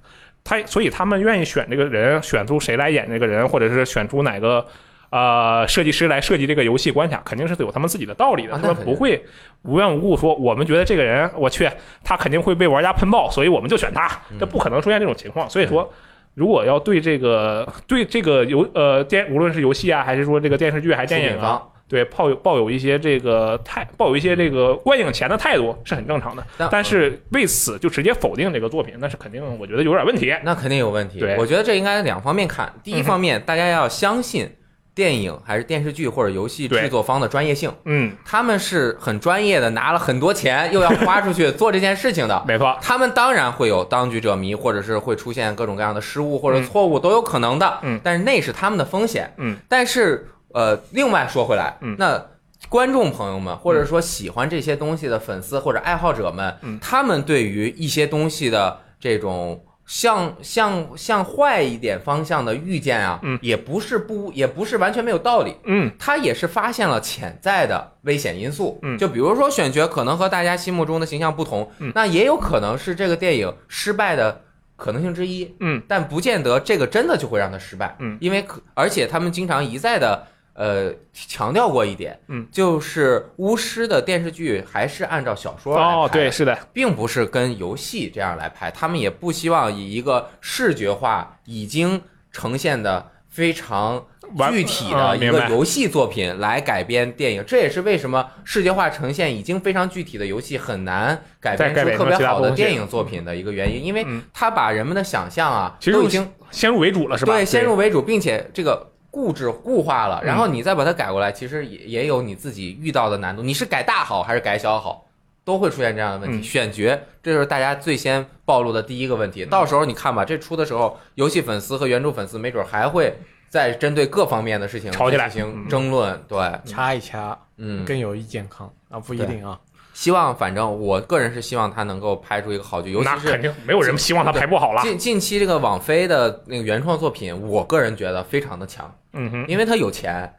他所以他们愿意选这个人，选出谁来演这个人，或者是选出哪个。呃，设计师来设计这个游戏关卡，肯定是有他们自己的道理的。啊他那们肯定不会无缘无故说我们觉得这个人，我去，他肯定会被玩家喷爆，所以我们就选他，嗯这不可能出现这种情况。所以说，如果要对这个对这个游呃电，无论是游戏啊，还是说这个电视剧还是电出影品啊方，对抱有抱有一些这个态，抱有一些这个观影前的态度是很正常的。但但是为此就直接否定这个作品，那是肯定我觉得有点问题。那肯定有问题对。我觉得这应该两方面看。第一嗯哼方面，大家要相信电影还是电视剧或者游戏对制作方的专业性，嗯，他们是很专业的，拿了很多钱又要花出去做这件事情的。没错，他们当然会有当局者迷，或者是会出现各种各样的失误或者嗯错误都有可能的。嗯但是那是他们的风险。嗯，但是呃，另外说回来，嗯那观众朋友们，或者说喜欢这些东西的粉丝或者爱好者们，嗯他们对于一些东西的这种。向向向坏一点方向的预见啊，嗯也不是不也不是完全没有道理，嗯他也是发现了潜在的危险因素。嗯就比如说选角可能和大家心目中的形象不同，嗯那也有可能是这个电影失败的可能性之一。嗯，但不见得这个真的就会让他失败。嗯因为可而且他们经常一再的呃强调过一点，嗯，就是巫师的电视剧还是按照小说来拍的哦，对，是的，并不是跟游戏这样来拍，他们也不希望以一个视觉化已经呈现的非常完具体啊的一明个白游戏作品来改编电影。这也是为什么视觉化呈现已经非常具体的游戏很难改编再改出编特成别其他好的东西电影作品的一个原因，因为嗯它把人们的想象啊其实都已经先入为主了是吧？对，先入为主，并且这个固执固化了，嗯然后你再把它改过来，其实也也有你自己遇到的难度。你是改大好还是改小好，都会出现这样的问题。嗯选角，这就是大家最先暴露的第一个问题。到时候你看吧，这出的时候，游戏粉丝和原著粉丝没准还会再针对各方面的事情吵起来进行嗯争论。对，掐一掐嗯，更有益健康啊，不一定啊。希望反正我个人是希望他能够拍出一个好剧，尤其那是肯定没有人希望他排不好了。近近期这个网飞的那个原创作品，我个人觉得非常的强，嗯哼因为他有钱。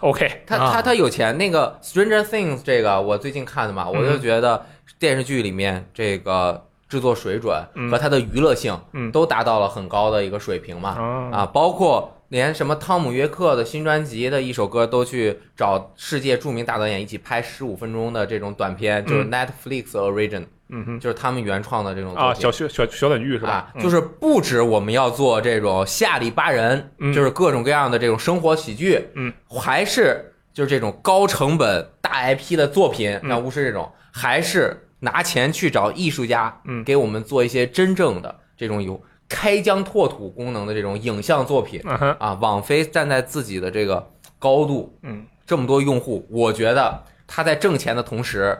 ，OK，他啊他他有钱，那个《Stranger Things》这个我最近看的嘛，我嗯就觉得电视剧里面这个制作水准嗯和它的娱乐性嗯都达到了很高的一个水平嘛。啊啊，包括连什么汤姆约克的新专辑的一首歌都去找世界著名大导演一起拍十五分钟的这种短片，就是 Netflix Origin，嗯哼，就是他们原创的这种啊，作品小。小小小短剧是吧嗯啊？，就是是不止我们要做这种下里巴人，嗯就是各种各样的这种生活喜剧，嗯，还是就是这种高成本大 IP 的作品，嗯像巫师这种，还是拿钱去找艺术家，嗯给我们做一些真正的这种有开疆拓土功能的这种影像作品嗯哼，啊。网飞站在自己的这个高度，嗯，这么多用户，我觉得他在挣钱的同时，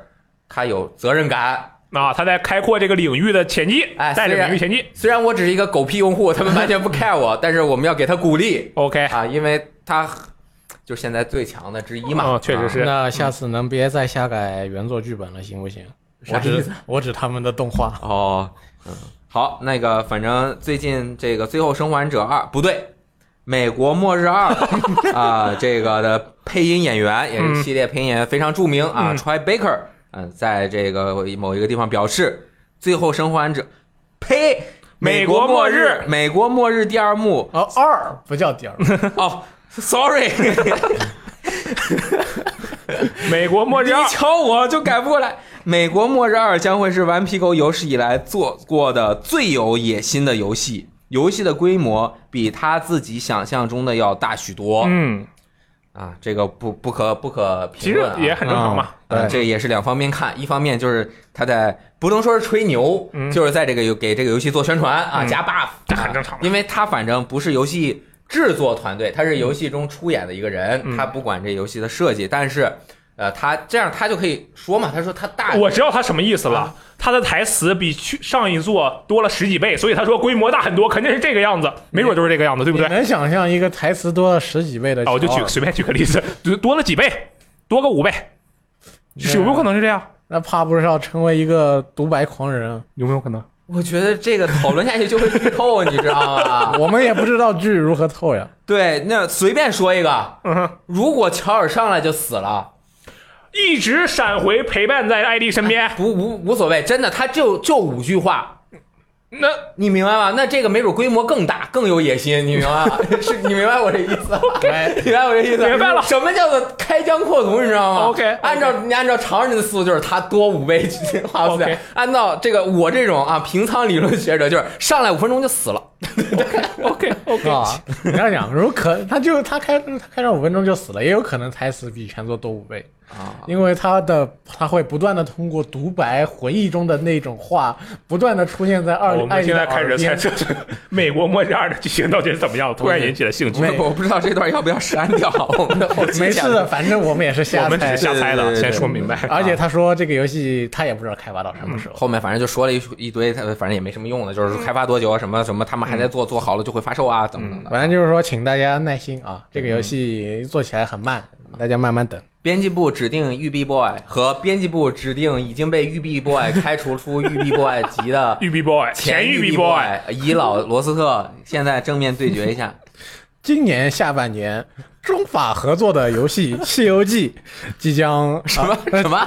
他有责任感，啊，他在开阔这个领域的前进，哎带着虽然领域前进。虽然我只是一个狗屁用户，他们完全不 care 我，但是我们要给他鼓励 OK，啊，因为他就是现在最强的之一嘛。啊嗯，确实是。那下次能别再瞎改原作剧本了，行不行？啥我意指思我指他们的动画啊。哦，嗯，好，那个反正最近这个《最后生还者二》不对，美国末日二》啊，这个的配音演员也是系列配音演员非常著名啊、嗯 t r o y Baker，嗯、在这个某一个地方表示，《最后生还者》呸，《美美国国末末日日》《美国末日》第二幕 哦，二不叫第二，哦，sorry，美国末日你二一瞧我就改不过来。《美国末日二》将会是顽皮狗有史以来做过的最有野心的游戏，游戏的规模比他自己想象中的要大许多。嗯，啊，这个不不可不可评其实论啊。也很正常嘛。呃，对这个也是两方面看，一方面就是他在不能说是吹牛，嗯就是在这个游给这个游戏做宣传啊，嗯加 buff，这很啊正常嘛因为他反正不是游戏制作团队，他是游戏中出演的一个人，嗯他不管这游戏的设计，但是呃，他这样他就可以说嘛，他说他大，我知道他什么意思了，他的台词比去上一座多了十几倍，所以他说规模大很多，肯定是这个样子，没准就是这个样子，对不你对？能想象一个台词多了十几倍的？啊，我就举随便举个例子，就多了几倍，多个五倍，是有没有可能是这样？那怕不是要成为一个独白狂人啊？有没有可能？我觉得这个讨论下去就会剧透，你知道吗？ 我们也不知道剧如何透 呀。对，那随便说一个，嗯哼，如果乔尔上来就死了，一直闪回陪伴在艾丽身边，不无无所谓，真的，他就就五句话，那你明白吗？那这个没准规模更大，更有野心，你明白 吗？是，你明白我这意思吗？哎， 明白我这意思？明白了什么叫做开疆扩土？你知道吗 OK，OK 按照你按照常人的思路，就是他多五倍进化不 OK 了。按照这个我这种啊平仓理论学者，就是上来五分钟就死了。 OK OK，啊，你要想，如可他就他开他开上五分钟就死了，也有可能台词比全作多五倍啊，因为他的他会不断的通过独白回忆中的那种话，不断的出现在二哦我艾们丽现的在开耳始猜边。测这个美国末日二的剧情到底是怎么样，突然引起了兴趣。没我不知道这段要不要删掉，我们的后期哦没事讲的，反正我们也是我瞎们只是猜。瞎猜对的，对对先对说明白。而且他说这个游戏他也不知道开发到什么时候。嗯后面反正就说了一一堆，他反正也没什么用的，就是开发多久啊，什么什么，他们还在嗯做，做好了就会发售啊，怎么怎么的。反正就是说，请大家耐心啊，这个游戏做起来很慢，嗯大家慢慢等。编辑部指定育碧 boy 和编辑部指定已经被育碧 boy 开除出育碧 boy 级 的玉碧 boy，前玉育碧碧 boy， 遗老罗斯特，现在正面对决一 下。今年下半年，中法合作的游戏《西游 记》即将什么 什么？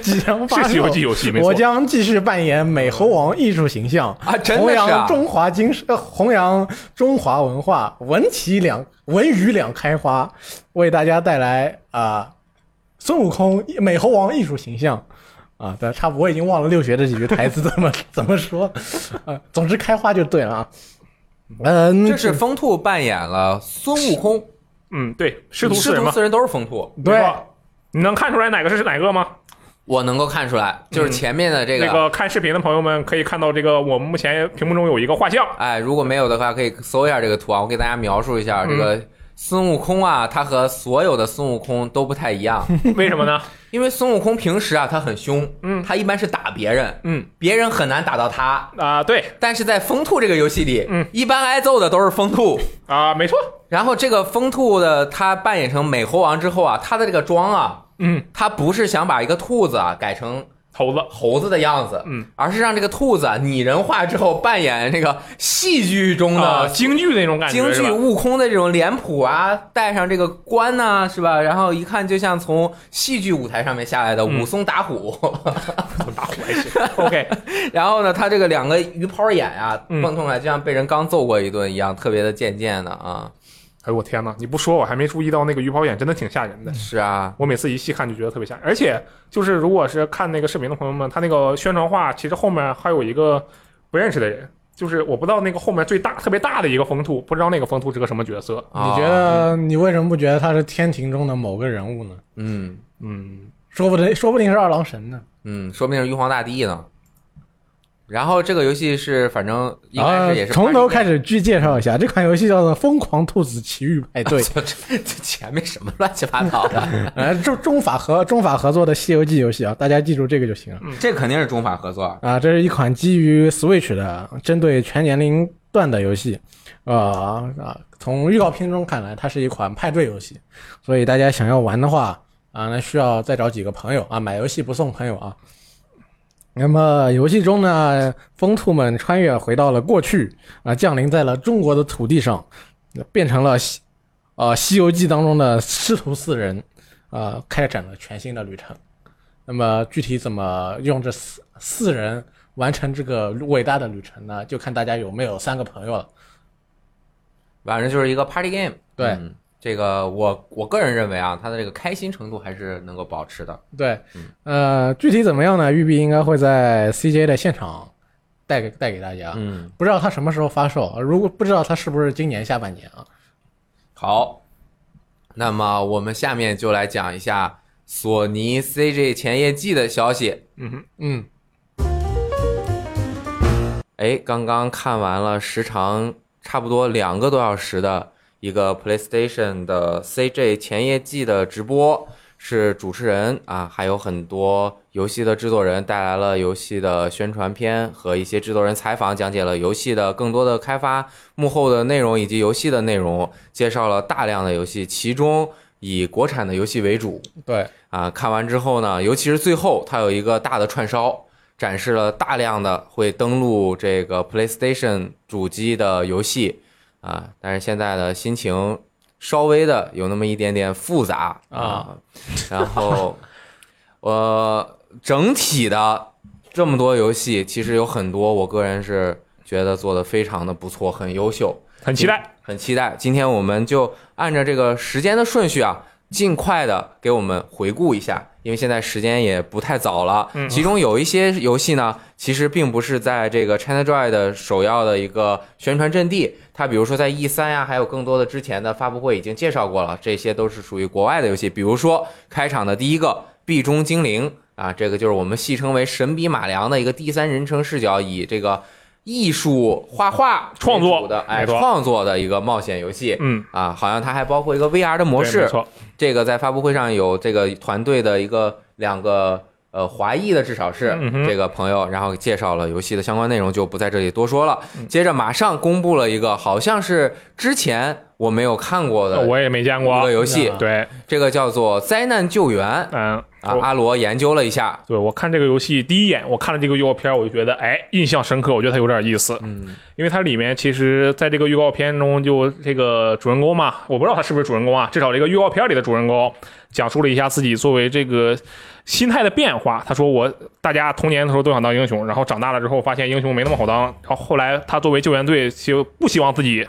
即将发售。啊是西游记游戏没错我将继续扮演美猴王艺术形象啊真的弘是啊扬中华精神，呃弘扬中华文化，文体两文娱两开花，为大家带来啊、孙悟空美猴王艺术形象。啊，对，差不多，我已经忘了六学这几句台词怎么怎么说，呃，总之开花就对了啊。嗯，这是风兔扮演了孙悟 空，嗯，对，师徒四师人徒嘛，四人都是风兔。对没错你能看出来哪个是哪个吗？我能够看出来，就是前面的这嗯那个。个看视频的朋友们可以看到，这个我们目前屏幕中有一个画像，哎，如果没有的话，可以搜一下这个图啊，我给大家描述一下这嗯个孙悟空啊，他和所有的孙悟空都不太一样，为什么呢？因为孙悟空平时啊他很凶，嗯他一般是打别人，嗯别人很难打到他，啊，对但是在风兔这个游戏里，嗯一般挨揍的都是风兔。 啊，没错，然后这个风兔的他扮演成美猴王之后啊，他的这个妆啊，嗯，他不是想把一个兔子啊改成猴子猴子的样子，嗯，而是让这个兔子啊拟人化之后扮演那个戏剧中啊，的京剧那种感觉， 京是剧吧悟空的这种脸谱啊，戴上这个冠呐、是吧？然后一看就像从戏剧舞台上面下来的嗯武松打虎。 打虎还行。OK，然后呢，他这个两个鱼泡眼啊，嗯蹦出来就像被人刚揍过一顿一样，特别的贱贱的嗯啊。哎呦我天哪，你不说我还没注意到那个鱼泡眼真的挺吓人的。是啊，我每次一细看就觉得特别吓人，而且就是如果是看那个视频的朋友们，他那个宣传画其实后面还有一个不认识的人，就是我不知道那个后面最大特别大的一个风兔，不知道那个风兔是个什么角色。你觉哦？得你为什么不觉得他是天庭中的某个人物呢？嗯嗯，说不定说不定是二郎神呢。嗯，说不定是玉皇大帝呢。然后这个游戏是，反正一开啊，始也是从头开始，始剧介绍一下，这款游戏叫做《疯狂兔子奇遇派 对》 ，这这前面什么乱七八糟 的，呃，中中法合中法合作的《西游记》游戏啊，大家记住这个就行了。这肯定是中法合作。啊，这是一款基于 Switch 的针对全年龄段的游戏，啊啊，从预告片中看来，它是一款派对游戏，所以大家想要玩的话啊，那需要再找几个朋友啊，买游戏不送朋友啊。那么游戏中呢，疯兔们穿越回到了过去啊，降临在了中国的土地上。变成了西呃《西游记》当中的师徒四人，呃，开展了全新的旅程。那么具体怎么用这四四人完成这个伟大的旅程呢？就看大家有没有三个朋友了。反正就是一个 party game。对嗯这个我我个人认为啊，它的这个开心程度还是能够保持的。对，呃，具体怎么样呢？育碧应该会在 CJ 的现场带给带给大家。嗯，不知道它什么时候发售，呃如果不知道它是不是今年下半年啊？好，那么我们下面就来讲一下索尼 CG 前夜祭的消息。嗯哼，嗯，哎，刚刚看完了时长差不多两个多小时的一个 PlayStation 的 CJ 前夜季的直播，是主持人啊，还有很多游戏的制作人带来了游戏的宣传片和一些制作人采访，讲解了游戏的更多的开发幕后的内容以及游戏的内容，介绍了大量的游戏，其中以国产的游戏为主。嗯对，啊，看完之后呢，尤其是最后，它有一个大的串烧，展示了大量的会登录这个 PlayStation 主机的游戏啊。但是现在的心情稍微的有那么一点点复杂啊，然后呃，整体的这么多游戏，其实有很多，我个人是觉得做的非常的不错，很优秀。很期待。很期待。今天我们就按照这个时间的顺序啊，尽快的给我们回顾一下，因为现在时间也不太早了。嗯其中有一些游戏呢，其实并不是在这个 ChinaJoy 的首要的一个宣传阵地，它比如说在 E 三呀，还有更多的之前的发布会已经介绍过了，这些都是属于国外的游戏。比如说开场的第一个《壁中精灵》啊，这个就是我们戏称为“神笔马良”的一个第三人称视角，以这个。艺术画画为创作主的，哎，没错创作的一个冒险游戏嗯，啊，好像它还包括一个 VR 的模对没式。错，这个在发布会上有这个团队的一个两个呃华裔的，至少是嗯哼这个朋友，然后介绍了游戏的相关内容，就不在这里多说了。嗯接着马上公布了一个，好像是之前我没有看过的哦我也嗯没见一过嗯个。游戏啊，对，这个叫做《灾难救援》嗯，啊我，阿罗研究了一下，对我看这个游戏第一眼，我看了这个预告片，我就觉得哎，印象深刻，我觉得它有点意思。嗯，因为它里面其实在这个预告片中，就这个主人公嘛，我不知道他是不是主人公啊，至少这个预告片里的主人公啊讲述了一下自己作为这个心态的变化。他说我大家童年的时候都想当英雄，然后长大了之后发现英雄没那么好当，然后后来他作为救援队就不希望自己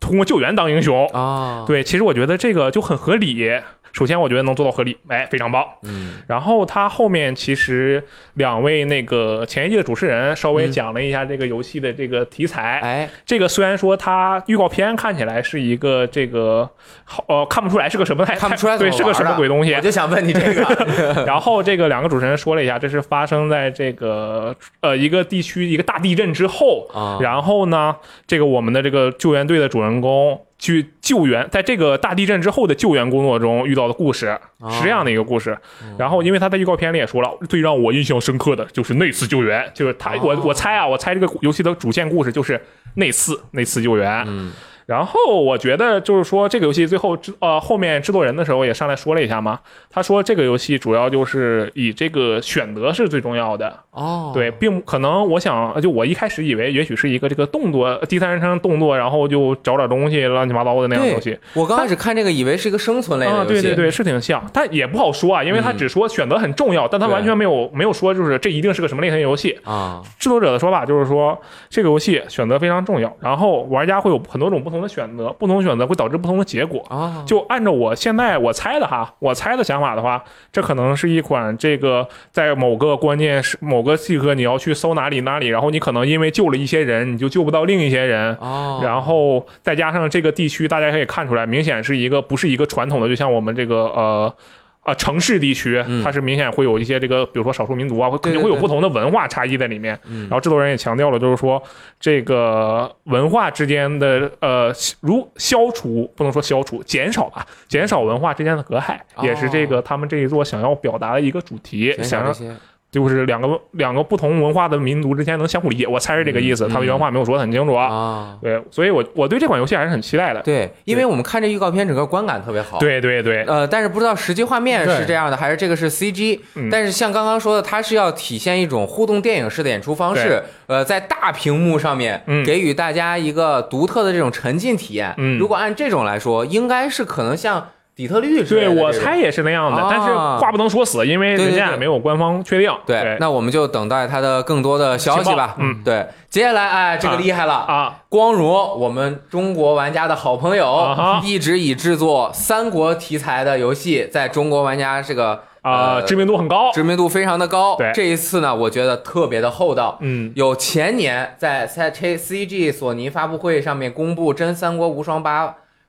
通过救援当英雄。啊，对，其实我觉得这个就很合理。首先，我觉得能做到合理，哎，非常棒。嗯，然后他后面其实两位那个前一季的主持人稍微讲了一下这个游戏的这个题材。哎，这个虽然说它预告片看起来是一个这个，好呃，看不出来是个什么来，看不出来哎对，怎是么个玩什么的鬼东西我。就想问你这个， 然后这个两个主持人说了一下，这是发生在这个呃一个地区一个大地震之后，啊然后呢，这个我们的这个救援队的主人公去救援，在这个大地震之后的救援工作中遇到的故事啊是这样的一个故事。嗯然后，因为他在预告片里也说了，最让我印象深刻的就是那次救援，就是他，我我猜啊，我猜这个游戏的主线故事就是那次那次救援。嗯然后我觉得就是说，这个游戏最后制呃后面制作人的时候也上来说了一下嘛，他说这个游戏主要就是以这个选择是最重要的，哦，对，并可能我想就我一开始以为也许是一个这个动作第三人称动作，然后就找点东西乱七八糟的那样的对，东西。我刚开始看这个以为是一个生存类的游啊，戏，对对对，是挺像，但也不好说啊，因为他嗯只说选择很重要，但他对完全没有没有说就是这一定是个什么类型游戏。啊，制作者的说法就是说，这个游戏选择非常重要，然后玩家会有很多种不同的选择，不同选择会导致不同的结果。啊，就按照我现在我猜的哈，我猜的想法的话，这可能是一款这个在某个关键时某个时刻你要去搜哪里哪里，然后你可能因为救了一些人，你就救不到另一些人。哦，然后再加上这个地区，大家可以看出来，明显是一个不是一个传统的，就像我们这个呃啊、城市地区嗯，它是明显会有一些这个，比如说少数民族啊，会对肯对定会有对不同的文化差异在里面。嗯然后制作人也强调了，就是说这个文化之间的呃，如消除不能说消除，减少吧，减少文化之间的隔阂，也是这个他们这一座想要表达的一个主题，哦减想少这要些就是两个两个不同文化的民族之间能相互理解，我猜是这个意思。嗯他们原话没有说的很清楚啊。啊，对，所以我我对这款游戏还是很期待的。对，因为我们看这预告片，整个观感特别好。。对对对，呃，但是不知道实际画面对是这样的，还是这个是 CG、嗯但是像刚刚说的，它是要体现一种互动电影式的演出方式对，呃，在大屏幕上面嗯给予大家一个独特的这种沉浸体验。嗯如果按这种来说，应该是可能像底特律之类对的这种。我猜也是那样的，啊但是话不能说死，因为对对人家对也没有官方确定。对，那我们就等待它的更多的消息吧。情报嗯，对，接下来哎，这个厉害了啊啊，光荣，我们中国玩家的好朋友，啊哈一直以制作三国题材的游戏，在中国玩家这个啊，呃知名度很高。知名度非常的高。对这一次呢，我觉得特别的厚道。嗯有前年在在 C C G 索尼发布会上面公布《真三国无双八》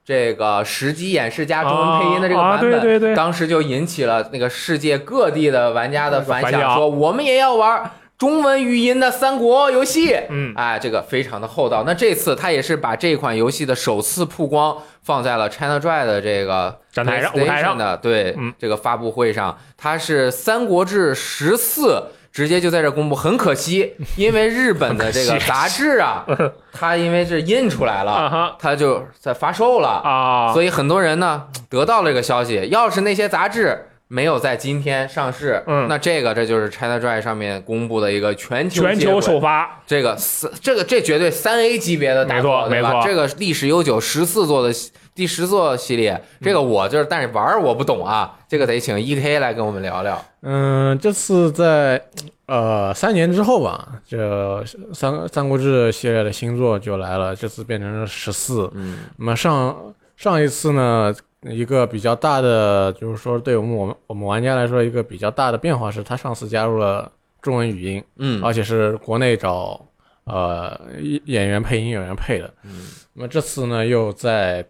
这个实机演示加中文配音的这个啊版本，啊对对对当时就引起了那个世界各地的玩家的反反响，响说我们也要玩中文语音的三国游戏。嗯，哎，这个非常的厚道。那这次他也是把这款游戏的首次曝光放在了 China Joy 的这个展台上舞 PlayStation 台上的对、嗯这个发布会上，它是《三国志十四》。直接就在这公布，很可 惜，因为日本的这很个可惜杂志 啊，它因为是印出来了，啊哈它就在发售了啊，所以很多人呢得到了这个消息。要是那些杂志没有在今天上市，嗯那这个这就是 China Joy 上面公布的一个全球全接球轨首发，这个三，这个这绝对三 A 级别的大作，没错对吧没错这个历史悠久，十四座的系第十座系列，这个我就是，但是玩儿我不懂啊，这个得请 E K 来跟我们聊聊。嗯，这次在呃三年之后吧，这三《三国志》系列的新作就来了，这次变成了十四。嗯那么上上一次呢，一个比较大的，就是说对我们我们我们玩家来说一个比较大的变化是，它上次加入了中文语音，嗯而且是国内找呃演员配音演员配的。嗯那么这次呢，又在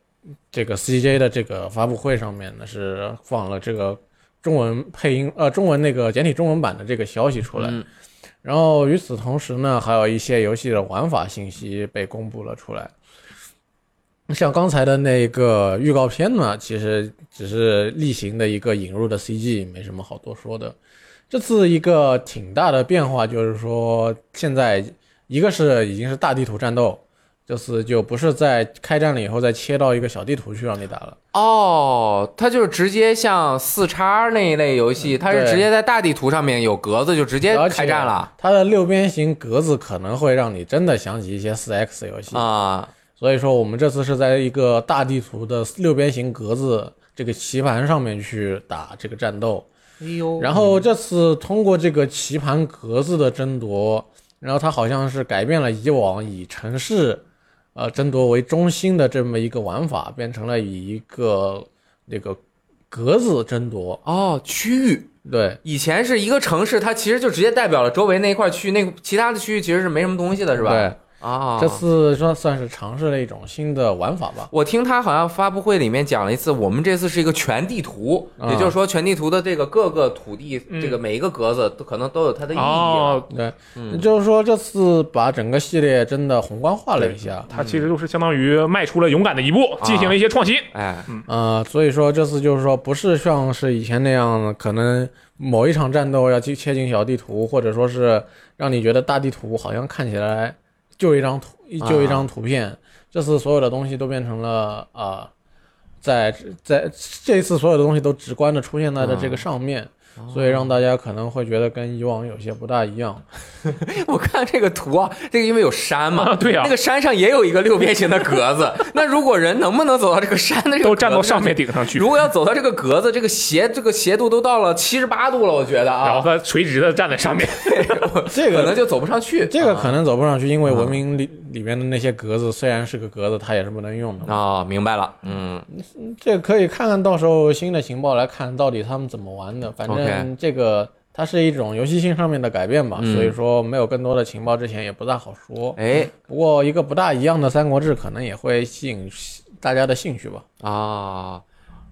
这个 CJ 的这个发布会上面呢，是放了这个中文配音呃中文那个简体中文版的这个消息出来。嗯然后与此同时呢，还有一些游戏的玩法信息被公布了出来。像刚才的那个预告片呢，其实只是例行的一个引入的 CG，没什么好多说的。这次一个挺大的变化就是说，现在一个是已经是大地图战斗，这次就不是在开战了以后再切到一个小地图去让你打了。哦，它就是直接像四叉那一类游戏，它是对直接在大地图上面有格子就直接而且开战了它的六边形格子可能会让你真的想起一些 4X 游戏，啊、所以说我们这次是在一个大地图的六边形格子这个棋盘上面去打这个战斗。哎呦，然后这次通过这个棋盘格子的争夺，然后它好像是改变了以往以城市，呃争夺为中心的这么一个玩法，变成了以一个那个格子争夺。哦，区域。对，以前是一个城市，它其实就直接代表了周围那一块区域，那其他的区域其实是没什么东西的，是吧？对，啊，这次算算是尝试了一种新的玩法吧。我听他好像发布会里面讲了一次，我们这次是一个全地图，嗯也就是说全地图的这个各个土地，嗯这个每一个格子都可能都有它的意义。啊哦，对，嗯就是说这次把整个系列真的宏观化了一下。它其实就是相当于迈出了勇敢的一啊步，进行了一些创新。哎，呃，所以说这次就是说，不是像是以前那样，可能某一场战斗要去切进小地图，或者说是让你觉得大地图好像看起来就一张图，一啊就一张图片。这次所有的东西都变成了啊、呃在在这一次所有的东西都直观的出现在了啊这个上面，哦所以让大家可能会觉得跟以往有些不大一样。我看这个图啊，这个因为有山嘛， 啊对啊那个山上也有一个六边形的格 子，那如果人能不能走到这个山的这个都站到格子上面顶上去去？，如果要走到这个格子，这个斜这个斜度都到了七十八度了，我觉得然后啊，它垂直的站在 上面。这可能个就走不上去。这个可啊能走不上去，因为文明里里面的那些格子虽然是个格子，它也是不能用的。啊、明白了，嗯，这个可以看看到时候新的情报来看到底他们怎么玩的。反 OK 正这个它是一种游戏性上面的改变吧，嗯所以说没有更多的情报之前也不大好说。哎，不过一个不大一样的《三国志》可能也会吸引大家的兴趣吧。啊。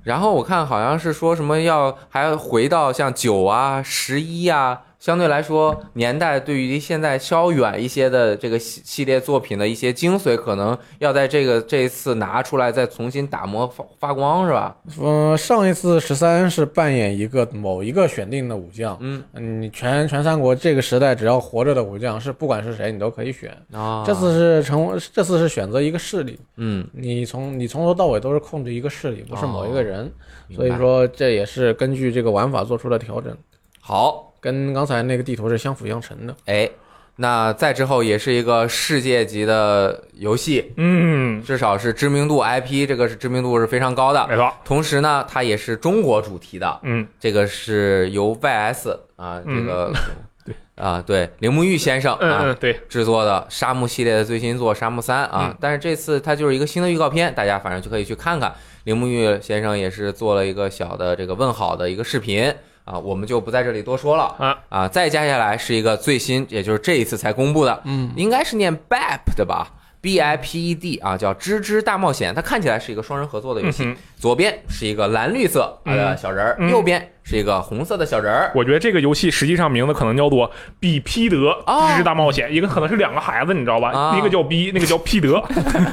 然后我看好像是说什么要还要回到像九啊、十一啊、相对来说年代对于现在稍远一些的这个系系列作品的一些精髓，可能要在这个这一次拿出来再重新打磨发发光，是吧？嗯，上一次十三是扮演一个某一个选定的武将，嗯，你全全三国这个时代只要活着的武将是不管是谁你都可以选。啊这次是成为，这次是选择一个势力，嗯，你从你从头到尾都是控制一个势力，不是某哦一个人，明所白以说这也是根据这个玩法做出的调整，好，跟刚才那个地图是相辅相成的。哎，那再之后也是一个世界级的游戏，嗯，至少是知名度 IP，这个是知名度是非常高的。没错，同时呢，它也是中国主题的，嗯，这个是由 YS 啊，这个、 啊对铃木玉先生嗯啊、嗯，对，制作的沙漠系列的最新作《沙漠三》啊，嗯但是这次它就是一个新的预告片，大家反正就可以去看看。铃木玉先生也是做了一个小的这个问好的一个视频啊，我们就不在这里多说了啊啊。再接下来是一个最新，也就是这一次才公布的，嗯，应该是念 BAP 的 E 吧，B I P E D 啊，叫《吱吱大冒险》，它看起来是一个双人合作的游嗯戏，哼，左边是一个蓝绿色的嗯小人儿，嗯右边是一个红色的小人儿。我觉得这个游戏实际上名字可能叫做《比皮德哦之大冒险》，一个可能是两个孩子，你知道吧啊？一个 叫逼，那个叫皮德，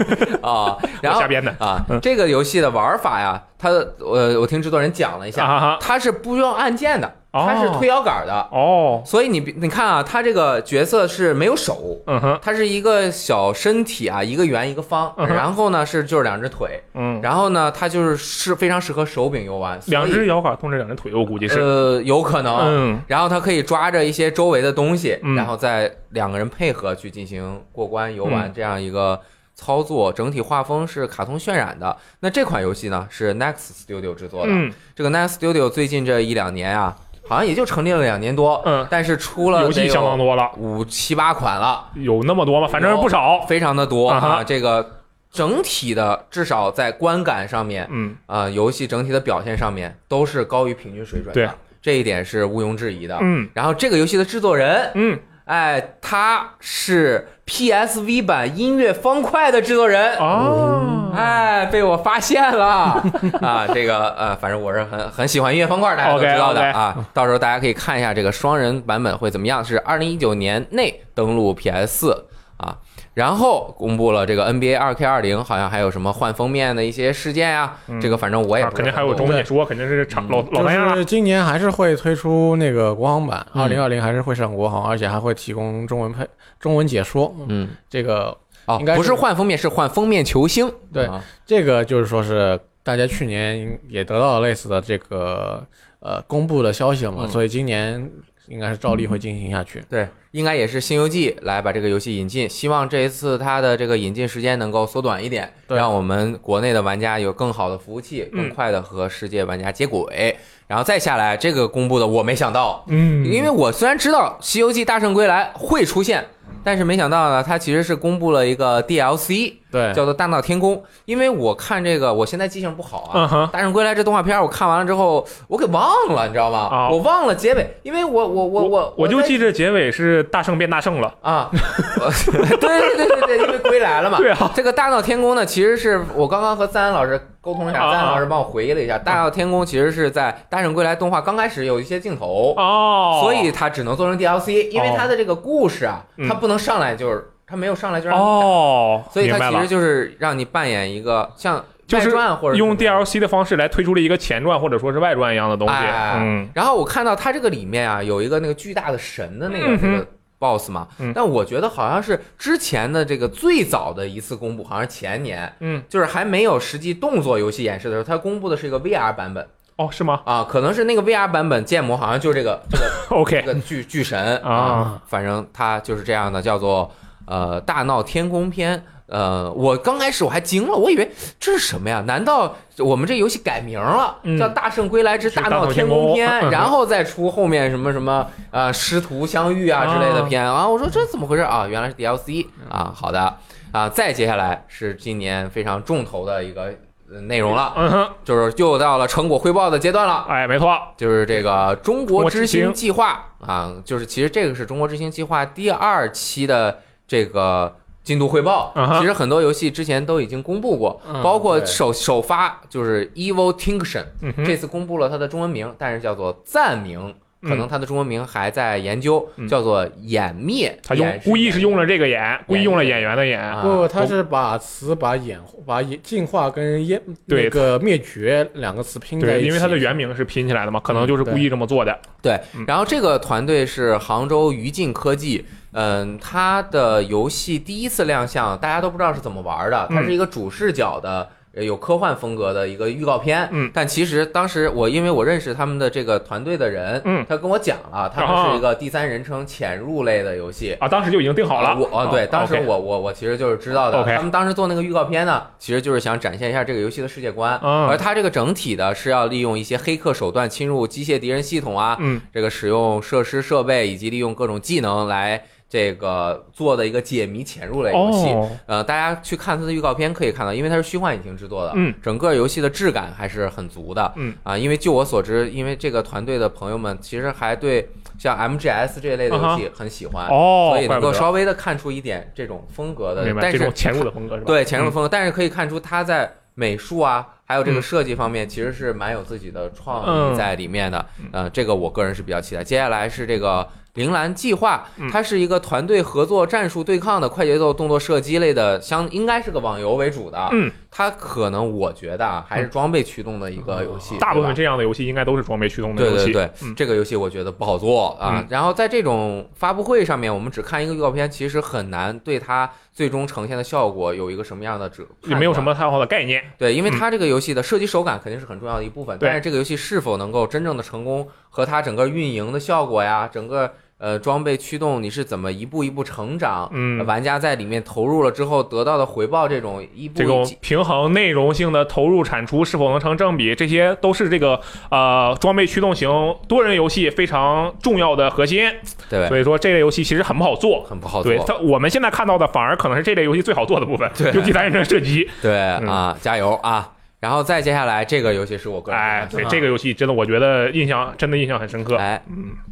啊，然我后瞎编的啊，这个游戏的玩法呀，它的呃，我听制作人讲了一啊下，哈哈。它是不用按键的，哦它是推摇杆的，哦，所以你你看啊，它这个角色是没有手。嗯哼，它是一个小身体啊，一个圆一个方，嗯哼然后呢是就是两只腿，嗯，然后呢它就是是非常适合手柄游玩，所以两只摇杆控制两只腿，我估计是，呃有可能，嗯，然后他可以抓着一些周围的东西，嗯然后再两个人配合去进行过关游嗯玩这样一个操作。整体画风是卡通渲染的。那这款游戏呢是 Next Studio 制作的。嗯，这个 Next Studio 最近这一两年啊，好像也就成立了两年多，嗯但是出了游戏相当多了，五七八款了。有那么多吗？反正不少，非常的多啊哈啊。这个整体的，至少在观感上面，嗯，啊、游戏整体的表现上面都是高于平均水准的，对这一点是毋庸置疑的。嗯，然后这个游戏的制作人，嗯，哎，他是 PSV 版音乐方块的制作人。哦，哎，被我发现了啊！这个呃，反正我是很很喜欢音乐方块，大家都 OK，知道的 OK 啊。到时候大家可以看一下这个双人版本会怎么样，是二零一九年内登陆 PS 四啊。然后公布了这个 NBA 二 K 二零，好像还有什么换封面的一些事件呀、这个反正我也啊不是肯定还有很中懂文解说，肯定是嗯长老老啊那样就了是，今年还是会推出那个国行版，嗯二零二零还是会上国行，而且还会提供中文配中文解说。嗯这个哦应该，是不是换封面，是换封面球星。对啊这个就是说是大家去年也得到了类似的这个呃公布的消息了嘛，嗯所以今年应该是照例会进行下去。对，应该也是《新游记》来把这个游戏引进，希望这一次它的这个引进时间能够缩短一点，对让我们国内的玩家有更好的服务器，嗯更快的和世界玩家接轨。然后再下来，这个公布的我没想到，嗯，因为我虽然知道《西游记：大圣归来》会出现，但是没想到呢，它其实是公布了一个 DLC，对，叫做《大闹天宫》。因为我看这个，我现在记性不好啊，嗯哼，大圣归来》这动画片儿我看完了之后，我给忘了，你知道吗？哦我忘了结尾，因为我我我我我就在记着结尾是大圣变大圣了，啊，我 对对对对对，因为归来了嘛。对啊，这个大闹天宫呢，其实是我刚刚和赞恩老师沟通一下，啊赞恩老师帮我回忆了一下，大闹天宫其实是在《大圣归来》动画刚开始有一些镜头，哦，所以它只能做成 DLC，因为它的这个故事啊，嗯它不能上来就是它没有上来就让你哦，所以明它白其了实，就是让你扮演一个像就是外传或者用什么 DLC 的方式来推出了一个前传或者说是外传一样的东西，哎嗯，然后我看到它这个里面啊，有一个那个巨大的神的那个、嗯那哼个 boss 嘛，嗯但我觉得好像是之前的这个最早的一次公布，好像是前年，嗯，就是还没有实际动作游戏演示的时候，它公布的是一个 VR 版本哦，是吗啊，可能是那个 VR 版本建模好像就是这个这个这？OK，个巨巨神啊，反正它就是这样的，叫做呃大闹天宫篇。呃，我刚开始我还惊了，我以为这是什么呀？难道我们这游戏改名了，嗯叫《大圣归来之大闹天宫篇》是大闹天宫然后再出后面什么什么呃师徒相遇啊啊嗯之类的片啊？我说这怎么回事啊？原来是 DLC 啊，好的啊。再接下来是今年非常重头的一个呃内容了，嗯哼，就是又到了成果汇报的阶段了。哎，没错，就是这个中国之中星国之计划啊，就是其实这个是中国之星计划第二期的这个进度汇报嗯。哼其实很多游戏之前都已经公布过，嗯包括对首首发就是 Evil Tinction，嗯这哼，次公布了它的中文名，但是叫做暂名可能它的中文名还在研究，嗯叫做掩灭。他用掩饰故意是用了这个眼，故意用了演员的演，啊不，他是把词把演把演进化跟淹对那个灭绝两个词拼在一对，起，因为它的原名是拼起来的嘛，可能就是故意这么做的。嗯对嗯，然后这个团队是杭州余劲科技，嗯，它的游戏第一次亮相，大家都不知道是怎么玩的，嗯它是一个主视角的。呃有科幻风格的一个预告片，嗯，但其实当时我因为我认识他们的这个团队的人，嗯他跟我讲了，他们是一个第三人称潜入类的游戏，啊，当时就已经定好了。啊我哦，对，当时 OK 我我我其实就是知道的。 OK 他们当时做那个预告片呢，其实就是想展现一下这个游戏的世界观，嗯而它这个整体的是要利用一些黑客手段侵入机械敌人系统啊，嗯这个使用设施设备以及利用各种技能来这个做的一个解谜潜入类游戏。哦，呃，大家去看它的预告片可以看到，因为它是虚幻引擎制作的，嗯，整个游戏的质感还是很足的，嗯啊，因为就我所知，因为这个团队的朋友们其实还对像 MGS 这一类的游戏很喜欢，嗯啊哦所以怪能不够得稍微的看出一点这种风格的明，白但这是种潜入的风格是吧？嗯对潜入风格，但是可以看出它在美术啊，还有这个设计方面其实是蛮有自己的创意嗯在里面的，呃，这个我个人是比较期待。接下来是这个。铃兰计划，嗯它是一个团队合作、战术对抗的快节奏动作射击类的，相应该是个网游为主的。嗯，它可能我觉得啊，还是装备驱动的一个游戏，大部对吧分这样的游戏应该都是装备驱动的对游对戏。对，嗯这个游戏我觉得不好做啊。嗯然后在这种发布会上面，我们只看一个预告片，其实很难对它最终呈现的效果有一个什么样的指，也没有什么太好的概念。对，因为它这个游戏的射击手感肯定是很重要的一部分，对但是这个游戏是否能够真正的成功，和它整个运营的效果呀，整个呃装备驱动，你是怎么一步一步成长，嗯玩家在里面投入了之后得到的回报，这种一步这一种级平衡内容性的投入产出是否能成正比，这些都是这个呃装备驱动型多人游戏非常重要的核心。对所以说这类游戏其实很不好做。很不好做对，。它我们现在看到的反而可能是这类游戏最好做的部分，对就第三人称 射击。对嗯啊，加油啊！然后再接下来这个游戏是我个人哎，非对常这个游戏真的，我觉得印象真的印象很深刻。啊哎，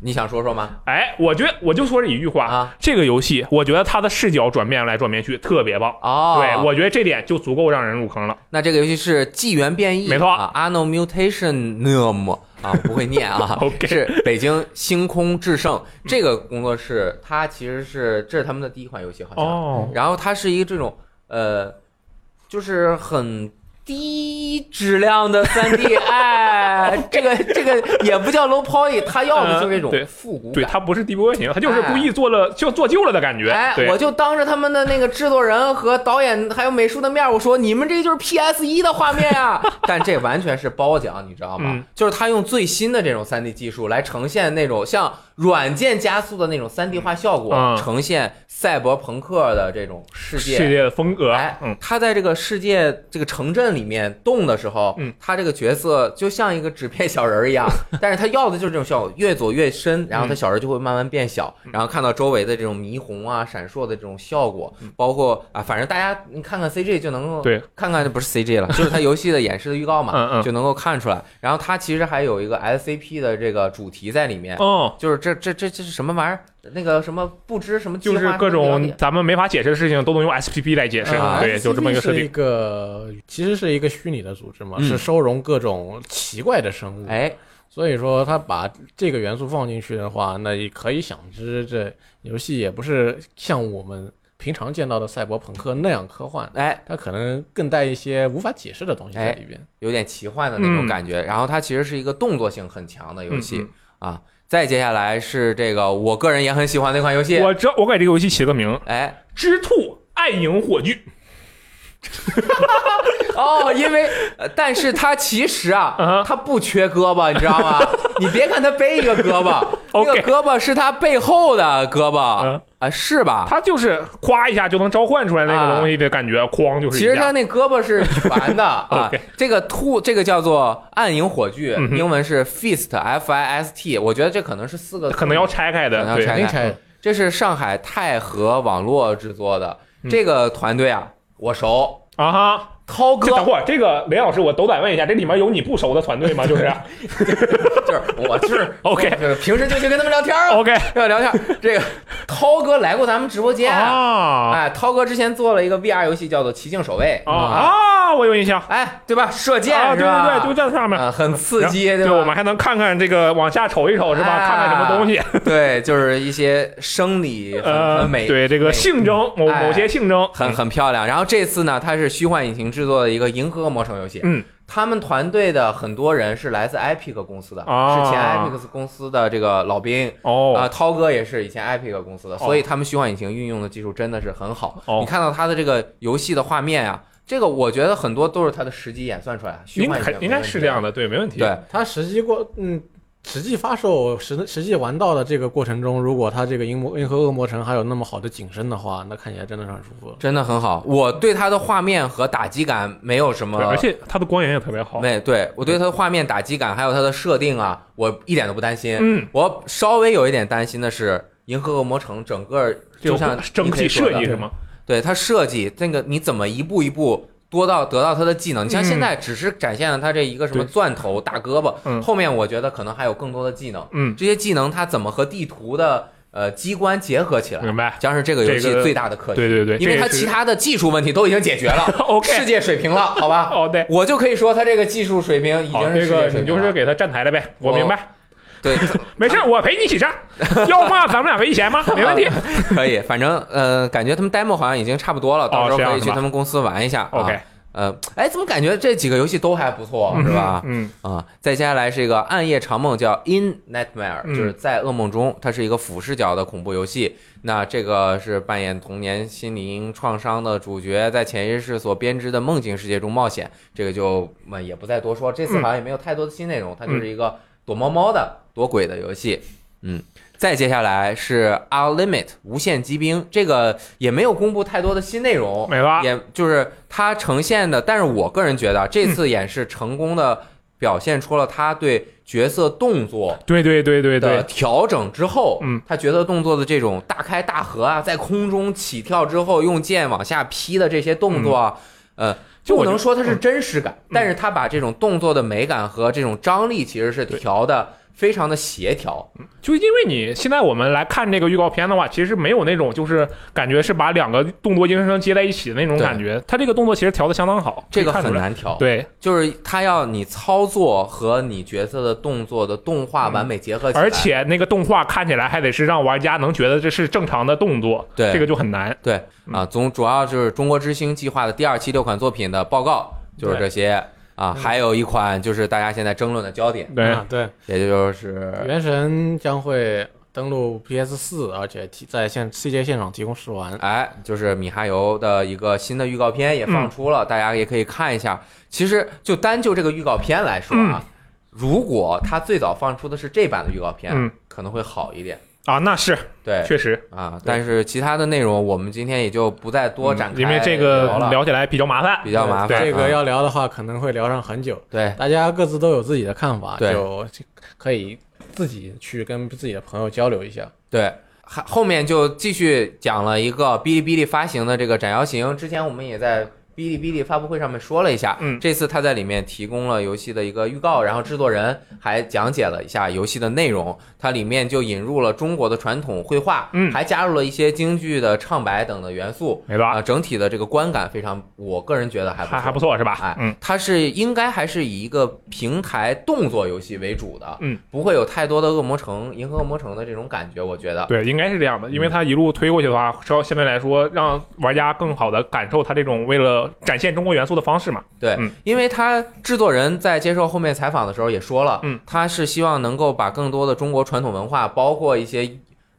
你想说说吗？哎，我觉得我就说这一句话啊，这个游戏我觉得它的视角转变来转变去特别棒。哦，对，我觉得这点就足够让人入坑了。那这个游戏是纪元变异，没错啊，Anno Mutation Num 啊，我不会念啊 OK 是北京星空制胜这个工作室，它其实是这是他们的第一款游戏，好像，哦，然后它是一个这种呃，就是很。低质量的三 D，哎，这个这个也不叫 low poly，它要的就是这种呃对复古对，感。它不是地步运行，它就是故意做了就做旧了的感觉。哎，对我就当着他们的那个制作人和导演还有美术的面儿，我说你们这就是 PS 一的画面呀、 但这完全是褒奖，你知道吗？嗯就是他用最新的这种 3D 技术来呈现那种像软件加速的那种 3D 化效果，嗯呈现赛博朋克的这种世界。系列的风格哎，，嗯，他在这个世界这个城镇里面动的时候，嗯，他这个角色就像一个纸片小人儿一 样，但是他要的就是这种效果，越走越深，然后嗯他小人就会慢慢变小，然后看到周围的这种霓虹啊、闪烁的这种效果，包括啊，反正大家你看看 CG 就能够嗯对，看看不是 CG 了， 就是他游戏的演示的预告嗯嘛，嗯就能够看出来。然后他其实还有一个 SCP 的这个主题在里面，嗯，就是这这这这是什么玩意儿？那个什么不知什么计就划是各什么种的咱们没法解释的事情都能用 SPP 来解释啊，，对，就这么一个设是定一。个其实是一个虚拟的组织嘛，嗯是收容各种奇怪的生物。哎，所以说他把这个元素放进去的话，那也可以想知这游戏也不是像我们平常见到的赛博朋克那样科幻，哎，它可能更带一些无法解释的东西哎在里边。有点奇幻的那种嗯感觉。然后它其实是一个动作性很强的游戏嗯啊。再接下来是这个我个人也很喜欢的一款游戏，嗯我这我给这个游戏起了个名，哎《之兔暗影火炬》。哦，因为呃但是它其实嗯啊，哼它不缺胳膊，你知道吗？ 你别看它背一个胳膊，那个 OK 胳膊是它背后的胳膊嗯啊，是吧？它就是夸一下就能召唤出来那个东西的感觉，哐就是啊其一实它下。那胳膊是圆 的啊 OK，这个兔这个叫做暗影火炬，嗯哼英文是 fist f i s t，我觉得这可能是四个字母，可能要拆开可能的，要对拆，肯定嗯拆这是上海泰和网络制作的嗯这个团队啊，我熟，啊哈。涛这等哥会儿，这个雷老师，我斗胆问一下，这里面有你不熟的团队吗？就是啊就是我就是 OK 就是平时就去跟他们聊天儿啊，OK，要聊天儿。这个涛哥来过咱们直播间，啊哎，涛哥之前做了一个 VR 游戏，叫做《奇境守卫》啊，啊！我有印象，哎，对吧？射箭、啊，是对吧？对对，就在上面。啊，很刺激，对，吧？我们还能看看这个往下瞅一瞅是吧？啊看看什么东西？对，就是一些生理很呃很，美，对这美个性征，某哎某些性征，很很漂亮。然后这次呢，它是虚幻引擎制作的一个银河恶魔城游戏。嗯，他们团队的很多人是来自 Epic 公司的，啊是前 Epic 公司的这个老兵。啊、哦，涛哥也是以前 Epic 公司的，所以他们虚幻引擎运用的技术真的是很好。哦你看到它的这个游戏的画面啊，这个我觉得很多都是它的实际演算出来的。虚应幻引该擎应该是这样的，对，没问题。啊对，它实际过，嗯，实际发售、实实际玩到的这个过程中，如果它这个银魔银河恶魔城还有那么好的景深的话，那看起来真的是很舒服。真的很好。我对它的画面和打击感没有什么对，而且它的光源也特别好。啊没，对我对它的画面打击感还有它的设定啊，我一点都不担心。嗯，我稍微有一点担心的是《银河恶魔城》整个就这种像整体设计你可以说是的吗？对它设计那个你怎么一步一步。多到得到它的技能，你像嗯现在只是展现了它这一个什么对钻头、大胳膊，嗯后面我觉得可能还有更多的技能。嗯，这些技能它怎么和地图的呃机关结合起来，嗯明白。将是这个游戏这个最大的课题。对对对，因为它其他的技术问题都已经解决了，世 OK 界水平了，好吧？哦对，我就可以说他这个技术水平已好，经是哦这世界个水你平就了。是给他站台了呗，我我明白，对，没事，我陪你一 起站，要骂咱们俩赔一起来骂，没问题。可以，反正呃，感觉他们 demo 好像已经差不多了，到时候这样可以哦是去吧他们公司玩一下。 OK，啊呃，哎，怎么感觉这几个游戏都还不错，是吧？嗯，啊，再接下来是一个《暗夜长梦》，叫《In Nightmare》，嗯就是在噩梦中，它是一个俯视角的恐怖游戏。那这个是扮演童年心灵创伤的主角，在潜意识所编织的梦境世界中冒险。这个就嗯也不再多说，这次嗯好像也没有太多的新内容，它就是一个躲猫猫的、躲鬼的游戏。嗯，再接下来是《Our Limit》无限机兵，这个也没有公布太多的新内容，美吧？也就是它呈现的，但是我个人觉得啊这次演示成功的表现出了他对角色动作对对对对的对，调整之后，嗯，他角色动作的这种大开大合啊，在空中起跳之后用剑往下劈的这些动作啊，呃，嗯就嗯我不觉得能说它是真实感，但是他把这种动作的美感和这种张力其实是调的非常的协调，就因为你现在我们来看这个预告片的话，其实没有那种就是感觉是把两个动作硬生生接在一起的那种对感觉，它这个动作其实调的相当好，这个可以看很出来。难调。对，就是他要你操作和你角色的动作的动画完美结合起来，嗯而且那个动画看起来还得是让玩家能觉得这是正常的动作，对这个就很难。对嗯啊，总主要就是中国之星计划的第二期六款作品的报告就是这些嗯啊，还有一款就是大家现在争论的焦点，对啊，对，也就是原神将会登陆 PS 四，而且提在现 CJ 现场提供试玩。哎，就是米哈游的一个新的预告片也嗯放出了，大家也可以看一下。其实就单就这个预告片来说嗯啊，如果它最早放出的是这版的预告片，嗯可能会好一点。啊，那是对确实，啊，但是其他的内容我们今天也就不再多展开嗯因为这聊个了聊起来比较麻烦。比较麻烦，这啊个要聊的话，可能会聊上很久。对大家各自都有自己的看法，对就可以自己去跟自己的朋友交流一下。对，还后面就继续讲了一个哔哩哔哩发行的这个斩妖行，之前我们也在。哔哩哔哩发布会上面说了一下，嗯这次他在里面提供了游戏的一个预告，然后制作人还讲解了一下游戏的内容，它里面就引入了中国的传统绘画，嗯还加入了一些京剧的唱白等的元素，没错啊、整体的这个观感非常，我个人觉得还不还错，还不错是吧哎？，嗯，它是应该还是以一个平台动作游戏为主的，嗯，不会有太多的恶魔城、银河恶魔城的这种感觉，我觉得。对，应该是这样的，因为它一路推过去的话，稍相对来说让玩家更好的感受它这种为了展现中国元素的方式嘛。对，嗯因为他制作人在接受后面采访的时候也说了，嗯，他是希望能够把更多的中国传统文化，包括一些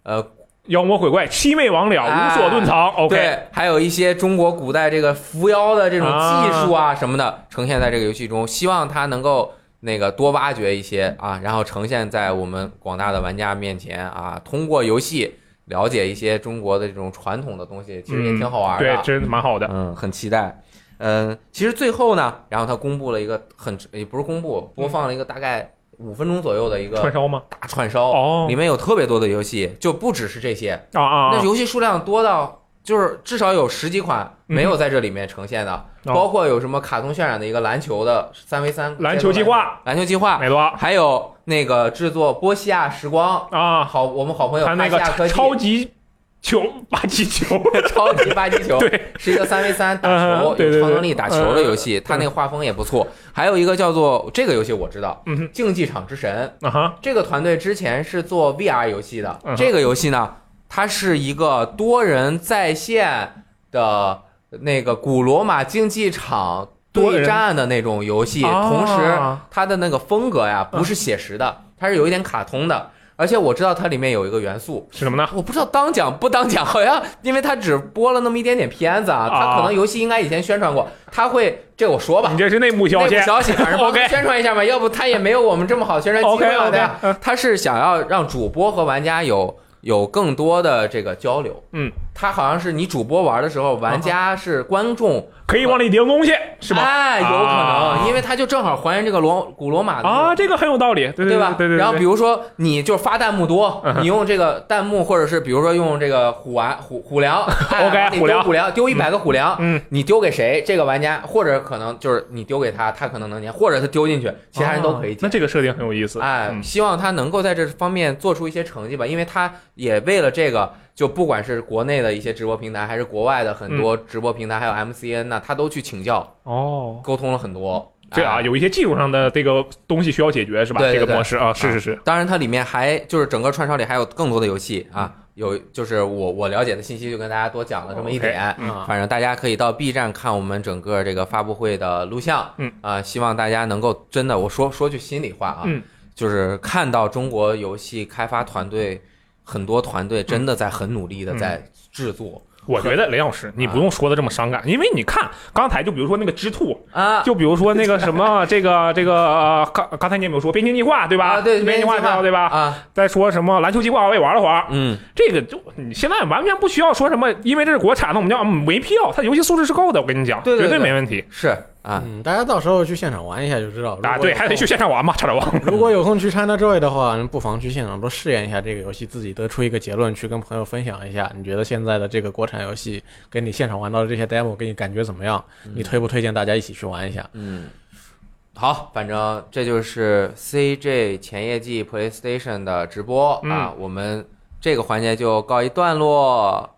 呃妖魔鬼怪魑魅魍魉哎无所遁藏。OK，对，还有一些中国古代这个扶摇的这种技术啊什么的，呈现在这个游戏中，希望它能够那个多挖掘一些啊，然后呈现在我们广大的玩家面前啊，通过游戏了解一些中国的这种传统的东西，其实也嗯挺好玩的啊对，，真的蛮好的。嗯，很期待。嗯，其实最后呢，然后他公布了一个很也不是公布，播放了一个大概五分钟左右的一串个烧吗？大串烧，哦里面有特别多的游戏，就不只是这些，啊啊那啊！游戏数量多到就是至少有十几款没有在这里面呈现的，嗯嗯哦包括有什么卡通渲染的一个篮球的三 v 三篮球计，划，哦篮球计划，美多还有那个制作波西亚时光，啊，好，我们好朋友他那个帕西亚科技超级球 吧唧球，超级巴基球，对，是一个三 v 三打球嗯对对有嗯对超能力打球的游戏，它那个画风也不错。还有一个叫做这个游戏我知道，嗯哼竞技场之神啊 哈，这个团队之前是做 VR 游戏的嗯，哼这个游戏呢，它是一个多人在线的那个古罗马竞技场多对人战的那种游戏，啊嗯同时它的那个风格呀不是写实的，它是有一点卡通的，而且我知道它里面有一个元素。是什么呢？我不知道当讲不当讲，好像因为他只播了那么一点点片子啊，他啊可能游戏应该以前宣传过，他会这我说吧你，这是内幕消内息部消息，反正帮 OK 他宣传一下吧，要不他也没有我们这么好宣传机会了 OK，OK，对呀。他是想要让主播和玩家有有更多的这个交流，嗯，他好像是你主播玩的时候，玩家是观众，可以往里丢东西，是吧？哎，有可啊能，因为他就正好还原这个罗古罗马的啊，这个很有道理，对对吧？对对。然后比如如说你就是发弹幕多嗯，哼你用这个弹幕，或者是比如说用这个虎丸虎虎 粮 OK，哎你虎粮丢虎粮丢一百个虎粮，嗯，你丢给谁？这个玩家，或者可能就是你丢给他，他可能能捡，或者他丢进去，其他人都可以哦啊捡。那这个设定很有意思，哎，嗯希望他能够在这方面做出一些成绩吧，因为他也为了这个，就不管是国内的一些直播平台，还是国外的很嗯多直播平台，还有 MCN 呐、他都去请教，哦。沟通了很多。对哎啊，有一些技术上的这个东西需要解决，是吧？对对这个对模式啊，是是是，当然，它里面还就是整个串烧里还有更多的游戏啊，有就是我我了解的信息就跟大家多讲了啊这么一点哦 OK，。嗯反正大家可以到 B 站看我们整个这个发布会的录像，嗯啊、希望大家能够真的，我说说句心里话啊，嗯就是看到中国游戏开发团队很多团队真的在很努力的嗯在制作、我觉得雷老师，你啊不用说的这么伤感，因为你看刚才就比如说那个知兔，啊，就比如说那个 什么这个这个呃，刚刚才你有没有说边境计划对吧？啊对，边境计划没对吧？啊，再说什么篮球计划我也玩了会儿，嗯，这个就你现在完全不需要说什么，因为这是国产的，我们叫嗯没必要，它游戏素质是够的，我跟你讲，对对绝对对没问题是啊，嗯，大家到时候去现场玩一下就知道。啊。对，还得去。现场玩嘛，差点忘了。如果有空去 ChinaJoy 的话，不妨去现场多试验一下这个游戏，自己得出一个结论，去跟朋友分享一下。你觉得现在的这个国产游戏跟你现场玩到的这些 demo 给你感觉怎么样？你推不推荐大家一起去玩一下？嗯，好，反正这就是 CJ 前夜季 PlayStation 的直播、嗯啊，我们这个环节就告一段落。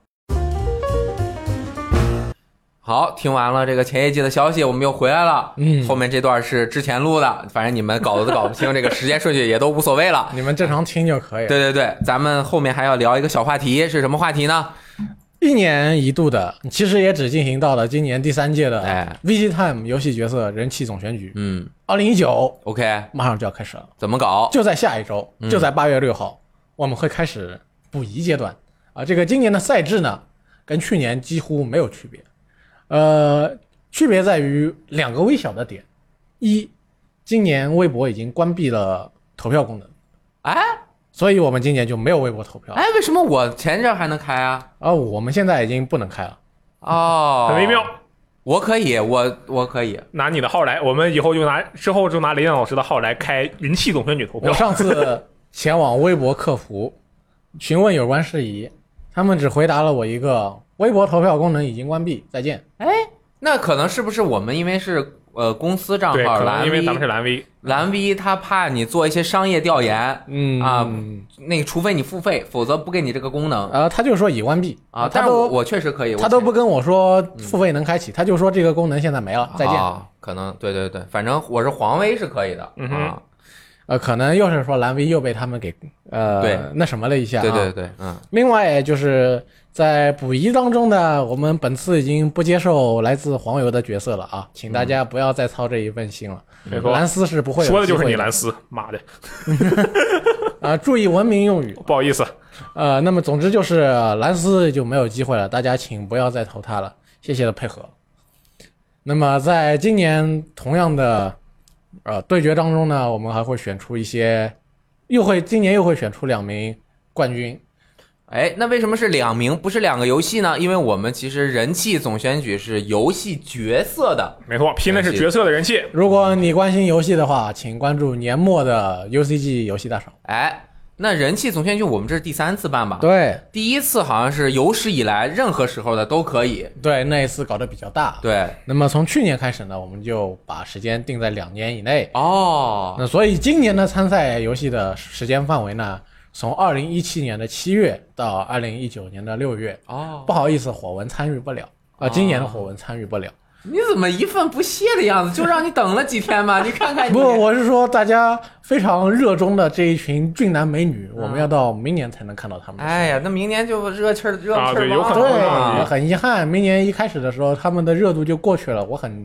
好，听完了这个前夜季的消息，我们又回来了。嗯后面这段是之前录的，反正你们搞得都搞不清，这个时间顺序也都无所谓 了。你们正常听就可以。，对对对，咱们后面还要聊一个小话题，是什么话题呢？一年一度的，其实也只进行到了今年第三届的哎， VGTime 游戏角色人气总选举，嗯二零一九，OK，马上就要开始了。怎么搞？就在下一周，嗯就在八月六号，我们会开始补遗阶段啊。这个今年的赛制呢，跟去年几乎没有区别，呃，区别在于两个微小的点：一，今年微博已经关闭了投票功能，哎所以我们今年就没有微博投票，哎，为什么我前阵还能开啊？而我们现在已经不能开了。哦，很微妙，我可以，我我可以，拿你的号来，我们以后就拿之后就拿雷电老师的号来开人气总选举投票我。上次前往微博客服 询问有关事宜，他们只回答了我一个微博投票功能已经关闭，再见。那可能是不是我们因为是呃公司账对，号可能蓝因为咱们是 V，嗯蓝 V，蓝 V 他怕你做一些商业调研，嗯啊那个除非你付费，否则不给你这个功能呃，他就说已关闭他啊。但是我都我确实可以，他我都不跟我说付费能开启，他就说这个功能现在没了，再见。啊可能对对对，反正我是黄威是可以的嗯哼啊，呃，可能又是说蓝 V 又被他们给呃对那什么了一下、啊。对对。对，嗯另外就是在补遗当中呢，我们本次已经不接受来自黄油的角色了啊，请大家不要再操这一份心了。没错蓝斯是不会有说的就是机会你蓝斯，妈的，啊、注意文明用语。不好意思，呃，那么总之就是蓝斯就没有机会了，大家请不要再投他了，谢谢的配合。那么在今年同样的呃对决当中呢，我们还会选出一些，又会今年又会选出两名冠军。哎，那为什么是两名不是两个游戏呢？因为我们其实人气总选举是游戏角色的，没错，拼的是角色的人气。如果你关心游戏的话，请关注年末的 UCG 游戏大赏。哎，那人气总选举我们这是第三次办吧？对第一次好像是有史以来任何时候的都可以。对，那一次搞得比较大。对，那么从去年开始呢，我们就把时间定在两年以内。哦，那所以今年的参赛游戏的时间范围呢，从二零一七年的七月到二零一九年的六月。哦不，好意思，火纹参与不了啊、哦今年的火纹参与不了。你怎么一副不屑的样子？就让你等了几天吧，你看看你。不，我是说大家非常热衷的这一群俊男美女，我们要到明年才能看到他们。嗯哎呀，那明年就热气儿热气儿啊对旺有可能啊对，很遗憾，明年一开始的时候，他们的热度就过去了，我很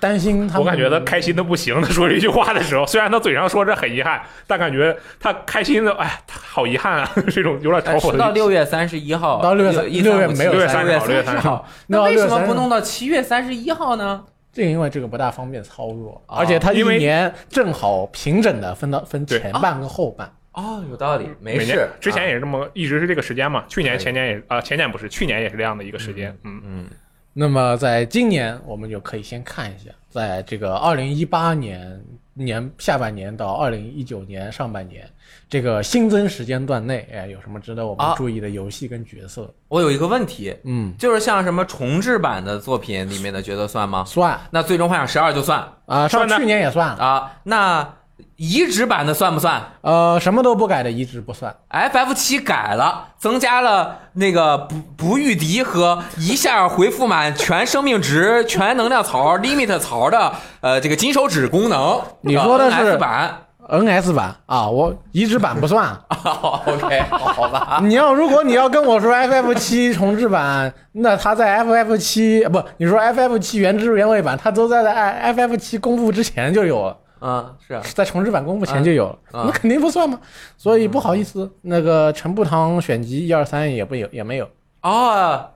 担心他我们。感觉他开心的不行。他说这句话的时候，虽然他嘴上说这很遗憾，但感觉他开心的，哎，他好遗憾啊， 这种有点哎嘲是讽到的。六月三十一号，到六月一六月没有六六月月三三十号，六月三十十号，号，那为什么不6月30弄到七月三十一号呢？这个因为这个不大方便操作，啊而且它一因为年正好平整的分到分对前半跟后半。哦，有道理，没每事年。之前也是这么，一直是这个时间嘛。去年、可以前年也啊、前年不是，去年也是这样的一个时间。嗯，嗯，那么在今年，我们就可以先看一下，在这个二零一八年年下半年到二零一九年上半年这个新增时间段内，哎，有什么值得我啊们注意的游戏跟角色？我有一个问题，嗯，就是像什么重置版的作品里面的角色算吗？算那最终幻想十二就算啊，上算呢去年也算，啊。那移植版的算不算呃，什么都不改的移植不算。 ？FF 七改了，增加了那个不不遇敌和一下回复满全生命值、全能量槽、limit 槽的呃这个金手指功能。你说的是 NS 版啊 NS 版啊，我移植版不算。 ？OK，好 吧。你要如果你要跟我说 FF 七重置版，那它在 FF 七不，你说 FF 七原汁原味版，它都在在 FF 七公布之前就有了，嗯，是啊在重置版公布前就有了，啊啊那肯定不算嘛。所以不好意思，那个陈步堂选集一二三也不有也没有，哦，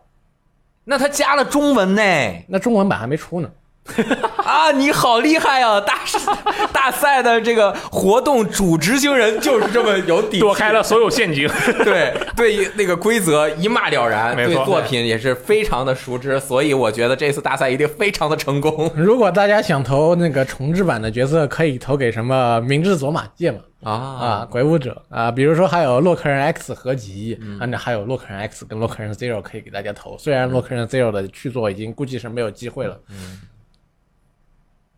那他加了中文呢。那中文版还没出呢。啊，你好厉害啊！大 师大赛的这个活动主执行人就是这么有底气，躲开了所有陷阱。 对对那个规则一骂了然，没对错作品也是非常的熟知，所以我觉得这次大赛一定非常的成功如果大家想投那个重置版的角色，可以投给什么明智佐马介嘛。啊啊，鬼舞者啊，比如说还有洛克人 X 合集，嗯啊，那还有洛克人 X 跟洛克人 Zero 可以给大家投。虽然洛克人 Zero 的续作已经估计是没有机会了，嗯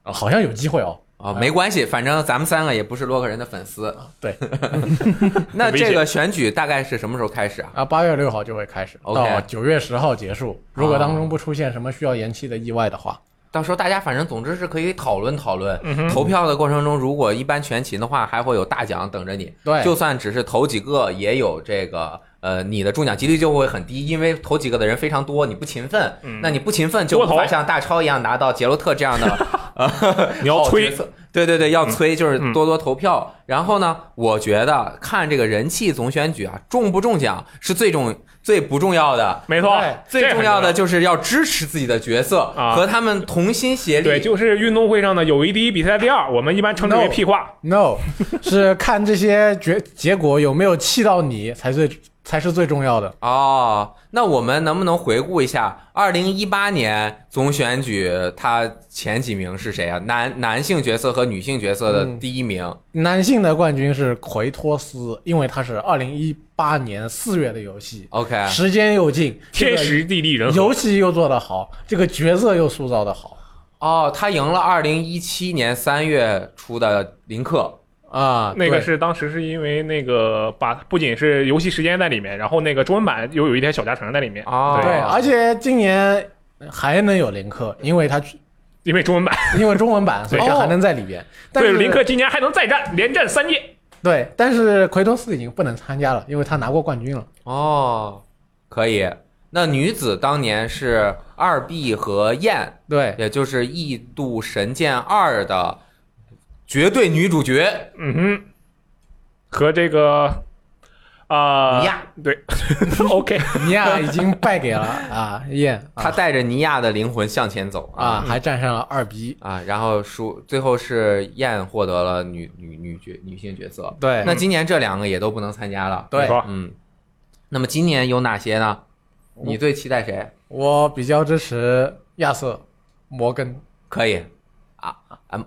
啊好像有机会哦。啊！没关系，反正咱们三个也不是洛克人的粉丝。对那很危险这个选举大概是什么时候开始啊？啊，八月六号就会开始， OK 到九月十号结束。如果当中不出现什么需要延期的意外的话，到时候大家反正总之是可以讨论讨论。投票的过程中，如果一般全勤的话，还会有大奖等着你。对就算只是投几个，也有这个呃，你的中奖几率就会很低，因为投几个的人非常多，你不勤奋，那你不勤奋就无多法投像大超一样拿到杰洛特这样的 你要好角催嗯色，对对对，要催，就是多多投票。然后呢，我觉得看这个人气总选举啊，中不中奖是最重最不重要的。没错对，这哎最很重要的就是要支持自己的角色啊和他们同心协力。对，就是运动会上的友谊第一，比赛第二，我们一般称之为屁话。 No，是 看这些结结果有没有气到你才最才是最重要的。哦，那我们能不能回顾一下二零一八年总选举，它前几名是谁啊？男男性角色和女性角色嗯的第一名、男性的冠军是奎托斯，因为它是二零一八年四月的游戏， o k 时间又近，天这个时地利哎人和，游戏又做得好，这个角色又塑造得好哦，他赢了二零一七年三月出的林克。啊。那个对是当时是因为那个把不仅是游戏时间在里面，然后那个中文版又有一点小加成在里面哦对，啊而且今年还能有林克，因为他因为中文版因为中文版，所以他还能在里边。但哦对是林克今年还能再战，连战三届。对，但是奎托斯已经不能参加了，因为他拿过冠军了。哦，可以。那女子当年是二 B 和燕，对，也就是《异度神剑二》的绝对女主角。嗯哼，和这个啊、尼亚对 ，OK，尼亚已经败给 了啊燕她啊带着尼亚的灵魂向前走啊，还站上了二逼。啊，然后输，最后是燕获得了女女女角女性角色。对那今年这两个也都不能参加了。对没错嗯，那么今年有哪些呢？你最期待谁？我比较支持亚瑟摩根可以啊，I'm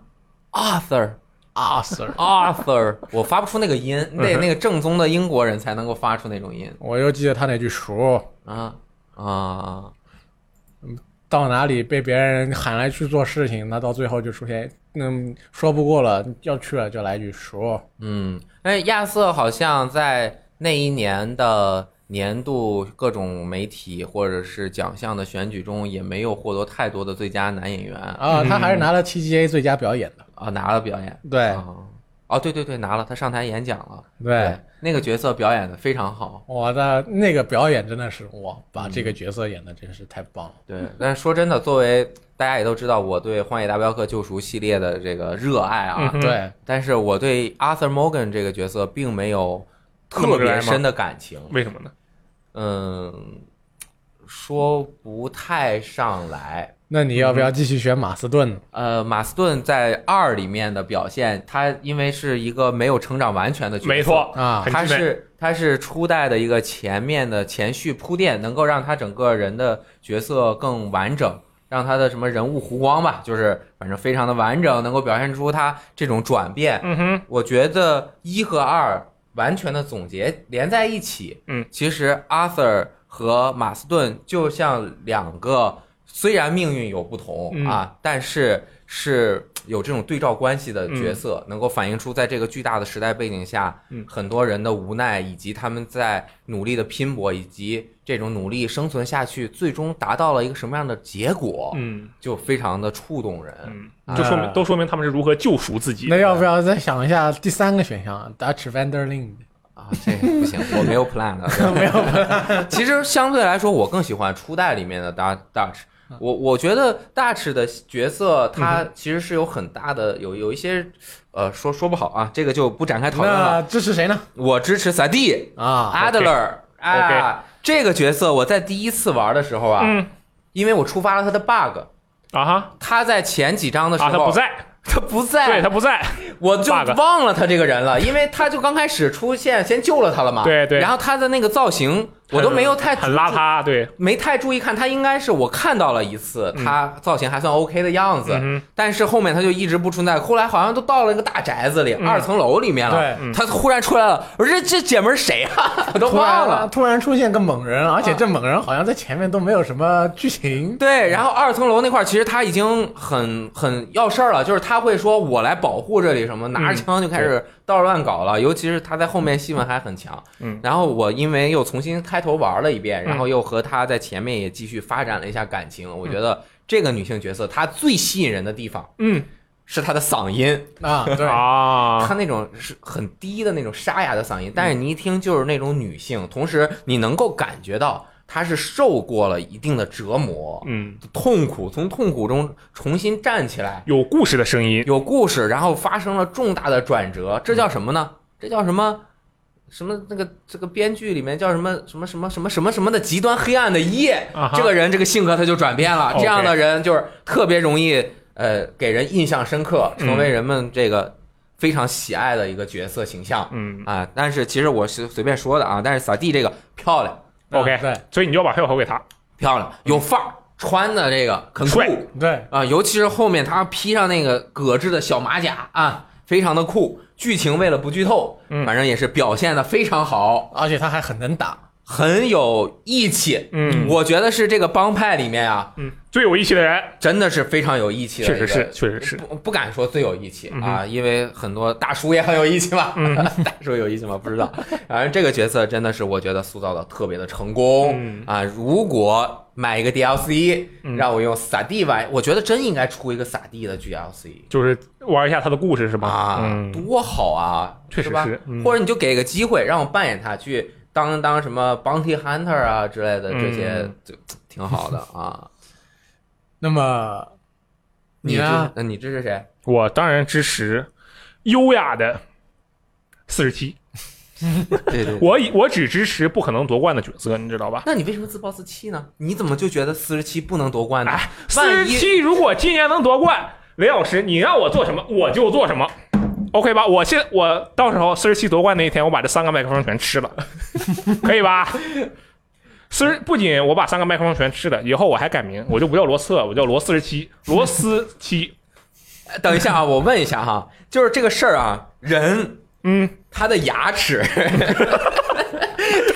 Arthur 阿 Sir。 Arthur，我发不出那个音，那嗯哼那个正宗的英国人才能够发出那种音啊我又记得他那句“熟啊啊！到哪里被别人喊来去做事情，那到最后就出现，嗯，说不过了，要去了就来句说，嗯，哎，亚瑟好像在那一年的年度各种媒体或者是奖项的选举中，也没有获得太多的最佳男演员啊、啊，嗯他还是拿了 TGA 最佳表演的，拿了表演。对哦，哦，对对对，拿了，他上台演讲了。对，，那个角色表演的非常好。我的那个表演真的是哇，把这个角色演的真是太棒了，对，但是说真的，作为大家也都知道，我对《荒野大镖客：救赎》系列的这个热爱啊，嗯哼对，但是我对 Arthur Morgan 这个角色并没有特别深的感情，为什么呢？嗯，说不太上来。那你要不要继续选马斯顿呢？呃，马斯顿在二里面的表现，他因为是一个没有成长完全的角色，没错啊很他具备是他是初代的一个前面的前序铺垫，能够让他整个人的角色更完整，让他的什么人物弧光吧，就是反正非常的完整，能够表现出他这种转变。嗯哼，我觉得一和二完全的总结连在一起，嗯，其实 Arthur 和马斯顿就像两个虽然命运有不同、嗯啊，但是是有这种对照关系的角色，能够反映出在这个巨大的时代背景下，嗯很多人的无奈以及他们在努力的拼搏，以及这种努力生存下去，最终达到了一个什么样的结果，嗯就非常的触动人。嗯，啊就说明都说明他们是如何救赎自己。那要不要再想一下第三个选项啊？Dutch Vanderlin，啊，这个不行，我没有 plan 的， 没有 plan。其实相对来说，我更喜欢初代里面的 Dutch Dutch。我嗯我觉得 Dutch 的角色，他其实是有很大的有有一些，呃，说说不好啊，这个就不展开讨论了。 那支持谁呢？我支持萨蒂啊， Adler 啊，这个角色我在第一次玩的时候啊，嗯因为我触发了他的 bug，啊哈他在前几章的时啊，他候不，在，他不在，对他不在，我就 bug 忘了他这个人了，因为他就刚开始出现，先救了他了嘛。对对然后他的那个造型，我都没有太 很邋，遢，对，没太注意看。他应该是我看到了一次，他造型还算 OK 的样子，嗯但是后面他就一直不存在。后来好像都到了一个大宅子里，嗯二层楼里面了，对他忽然出来了。我说这这姐们儿谁啊？我都突然忘了。啊突然出现个猛人，而且这猛人好像在前面都没有什么剧情。对，嗯然后二层楼那块儿其实他已经很很要事儿了，就是他会说我来保护这里什么，拿嗯着枪就开始到处乱搞了。尤其是他在后面戏份还很强。嗯，然后我因为又重新开头玩了一遍，然后又和他在前面也继续发展了一下感情。我觉得这个女性角色她最吸引人的地方嗯是她的嗓音， 啊，对，啊，她那种是很低的那种沙哑的嗓音，但是你一听就是那种女性，同时你能够感觉到她是受过了一定的折磨。嗯，痛苦，从痛苦中重新站起来，有故事的声音，有故事，然后发生了重大的转折，这叫什么呢？这叫什么？什么那个这个编剧里面叫什么什么什么什么什么什么的极端黑暗的夜啊哈，这个人这个性格他就转变了， OK 这样的人就是特别容易呃给人印象深刻，嗯成为人们这个非常喜爱的一个角色形象嗯啊。但是其实我是随便说的啊，但是扫地这个漂亮，OK，对所以你就要把票投给他，漂亮，有范儿，穿的这个很酷帅，对，啊，尤其是后面他披上那个革制的小马甲啊，非常的酷。剧情为了不剧透，嗯反正也是表现的非常好，而且他还很能打。很有义气。嗯我觉得是这个帮派里面啊，嗯，最有义气的人，真的是非常有义气的确一实个。是，确实是，不不敢说最有义气嗯哼嗯啊，因为很多大叔也很有义气嘛， 大叔有义气吗？不知道。反正这个角色真的是我觉得塑造的特别的成功嗯啊！如果买一个 DLC，嗯让我用撒地玩，我觉得真应该出一个撒地的 DLC。就是玩一下他的故事是吧？啊，嗯，多好啊，确实吧是嗯或者你就给个机会让我扮演他去当当什么 bounty hunter 啊之类的，嗯这些就挺好的 啊。那么你支啊呢？那你支持谁？我当然支持优雅的四十七，对对。我以我只支持不可能夺冠的角色，你知道吧？那你为什么自曝四七呢？你怎么就觉得四十七不能夺冠呢？哎，四万十一七如果今年能夺冠，雷老师你让我做什么我就做什么。OK 吧，我现我到时候四十七夺冠那一天，我把这三个麦克风 全吃了，可以吧？四十不仅我把三个麦克风全吃了，以后我还改名，我就不叫罗斯了，我叫罗四十七，罗斯 七。哎等一下啊，我问一下哈，就是这个事儿啊，人嗯，他的牙齿。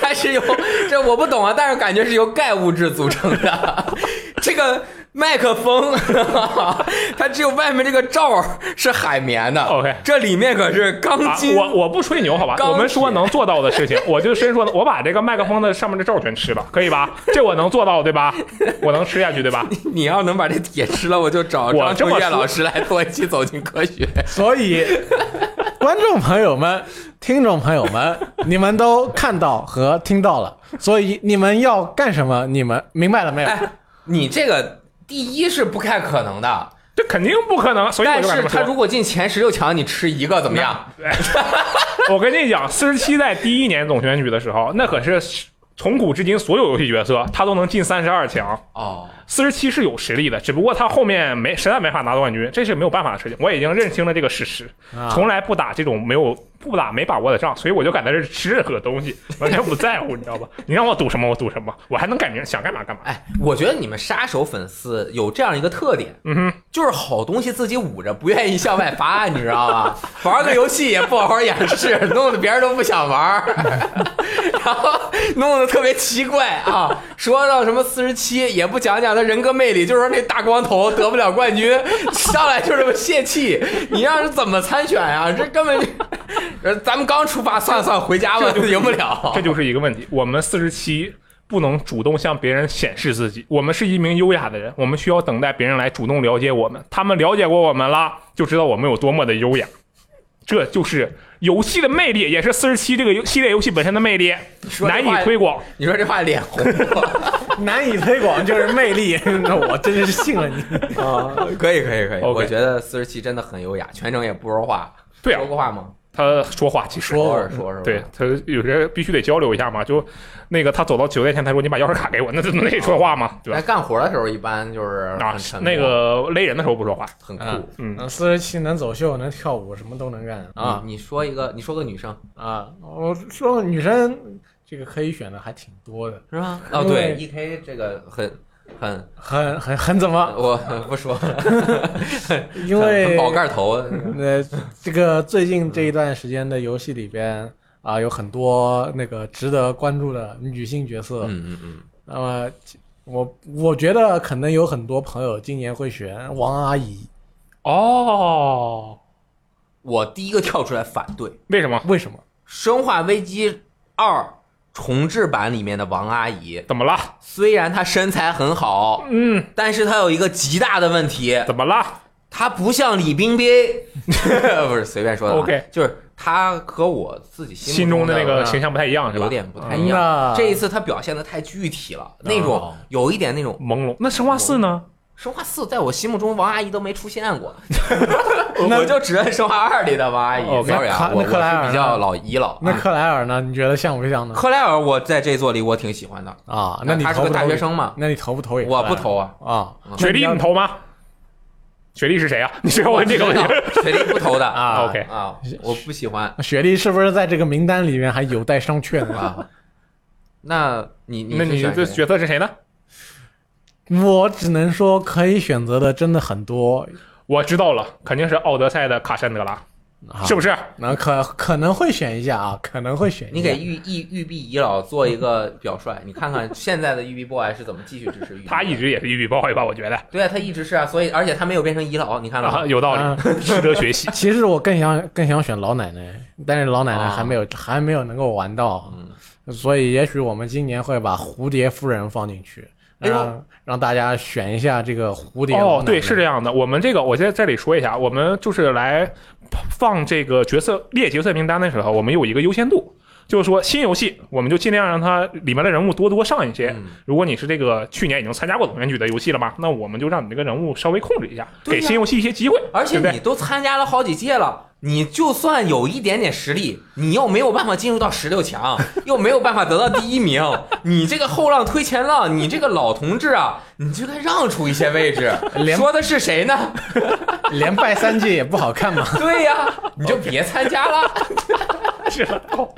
它是由这我不懂啊，但是感觉是由钙物质组成的。这个麦克风，它只有外面这个罩儿是海绵的 OK 这里面可是钢啊，筋。我我不吹牛，好吧？钢铁我们说能做到的 事情，我就先说，我把这个麦克风的上面的罩全吃了，可以吧？这我能做到，对吧？我能吃下去，对吧？你要能把这铁吃了，我就找我张这秋么月说老师来做一期《走进科 学》。所 以，观众朋友们、听众朋友们， 你们都看到和听到了，所以你们要干什么？你们明白了没有？哎，你这个第一是不太可能的，这肯定不可能，所以我但就敢是这么他说。如果进前十六强，你吃一个怎么样？ 我跟你讲，四十七在第一年总选举的时候，那可是从古至今所有游戏角色他都能进三十二强。哦，四十七是有实力的，只不过他后面没实在没法拿到冠军，这是没有办法的事情。我已经认清了这个事实，啊从来不打这种没有不打没把握的仗，所以我就敢在这吃任何东西，完全不在乎，你知道吧？你让我赌什么我赌什么，我还能感觉想干嘛干嘛。哎，我觉得你们杀手粉丝有这样一个特点，嗯哼，就是好东西自己捂着，不愿意向外发，你知道吗？ 玩个游戏也不好好演示，弄得别人都不想玩儿， 然后弄得特别奇怪啊。说到什么四十七，也不讲讲他人格魅力，就说那大光头得不了冠军，上来就这么泄气，你让人怎么参选啊？这根本就，呃咱们刚出发，算算回家吧，赢不了这。就是一个问题。我们四十七不能主动向别人显示自己，我们是一名优雅的人，我们需要等待别人来主动了解我们。他们了解过我们了，就知道我们有多么的优雅。这就是游戏的魅力，也是四十七这个游系列游戏本身的魅力，说这难话以推广。你说这话脸红了 难以推广就是魅力， 那我真是信了你。啊？ 可以可以可以 OK 我觉得四十七真的很优雅，全程也不说话。对啊说，过话吗？他说话其实偶尔说是吧？对，他有些必须得交流一下嘛，就那个他走到九点前，他说你把钥匙卡给我，那怎么那说话嘛，对来吧？干活的时候一般就是啊很沉，默那个勒人的时候不说话，很酷嗯嗯，四十七能走秀，能跳舞，什么都能干啊啊！你说一个，你说个女生啊！我说女生这个可以选的还挺多的，是吧？哦，因对为，E K 这个很很， 很很很怎么？我不说，因为很宝盖头，呃，这个最近这一段时间的游戏里边啊、有很多那个值得关注的女性角色。嗯嗯嗯，那么，我我觉得可能有很多朋友今年会选王阿姨，哦，我第一个跳出来反对《为什么？为什么？生化危机二》重置版里面的王阿姨，怎么了？虽然她身材很好，嗯，但是她有一个极大的问题，怎么了？她不像李冰 冰，不是随便说的啊 OK 就是她和我自己心心中的的那个嗯形象不太一样是吧？有点不太嗯一样那。哦这一次他表现的太具体了，那种有一点那种朦胧。那生化四呢？生化四，在我心目中王阿姨都没出现 过，那我就只认生化二里的王阿姨。 OK sorry 啊，那克我我那克莱尔是比较老遗老啊。啊那克莱尔呢？你觉得像不像呢？克莱尔，我在这座里我挺喜欢的，啊，那你他是投个不投大学给？生嘛，那你投不投给克莱啊我尔？不投 啊，啊。雪莉，你投吗？雪莉是谁啊？你知道我这个问题？雪莉不投的啊 OK 啊，我不喜欢雪莉是不是在这个名单里面还有待商榷呢？ 啊。那你你 那你是这选谁角色是谁呢？我只能说，可以选择的真的很多，我知道了，肯定是奥德赛的卡珊德拉，啊是不是？那可可能会选一下啊，可能会选一下。你给玉玉玉碧遗老做一个表率，你看看现在的育碧 boy 是怎么继续支持育碧的。 他一直也是一笔包围吧？我觉得对啊，他一直是啊，所以而且他没有变成遗老，你看到吗？啊，有道啊嗯理， 值得学习。其实我更想更想选老奶奶，但是老奶奶啊还没有、还没有能够玩到，所以也许我们今年会把蝴蝶夫人放进去，哎呦让、让大家选一下这个蝴蝶老奶哦奶。，对，是这样。样的。我们这个，我在这里说一下，我们就是来放这个角色列角色名单的时候，我们有一个优先度，就是说新游戏，我们就尽量让它里面的人物多多上一些。嗯如果你是这个去年已经参加过总选举的游戏了嘛，那我们就让你这个人物稍微控制一下，对呀给新游戏一些机会。而对不且你对都参加了好几届了，你就算有一点点实力，你又没有办法进入到十六强，又没有办法得到第一名，你这个后浪推前浪，你这个老同志啊，你就该让出一些位置。连说的是谁呢？ 。连败三届也不好看嘛对呀、你就别参加了。 是了。哦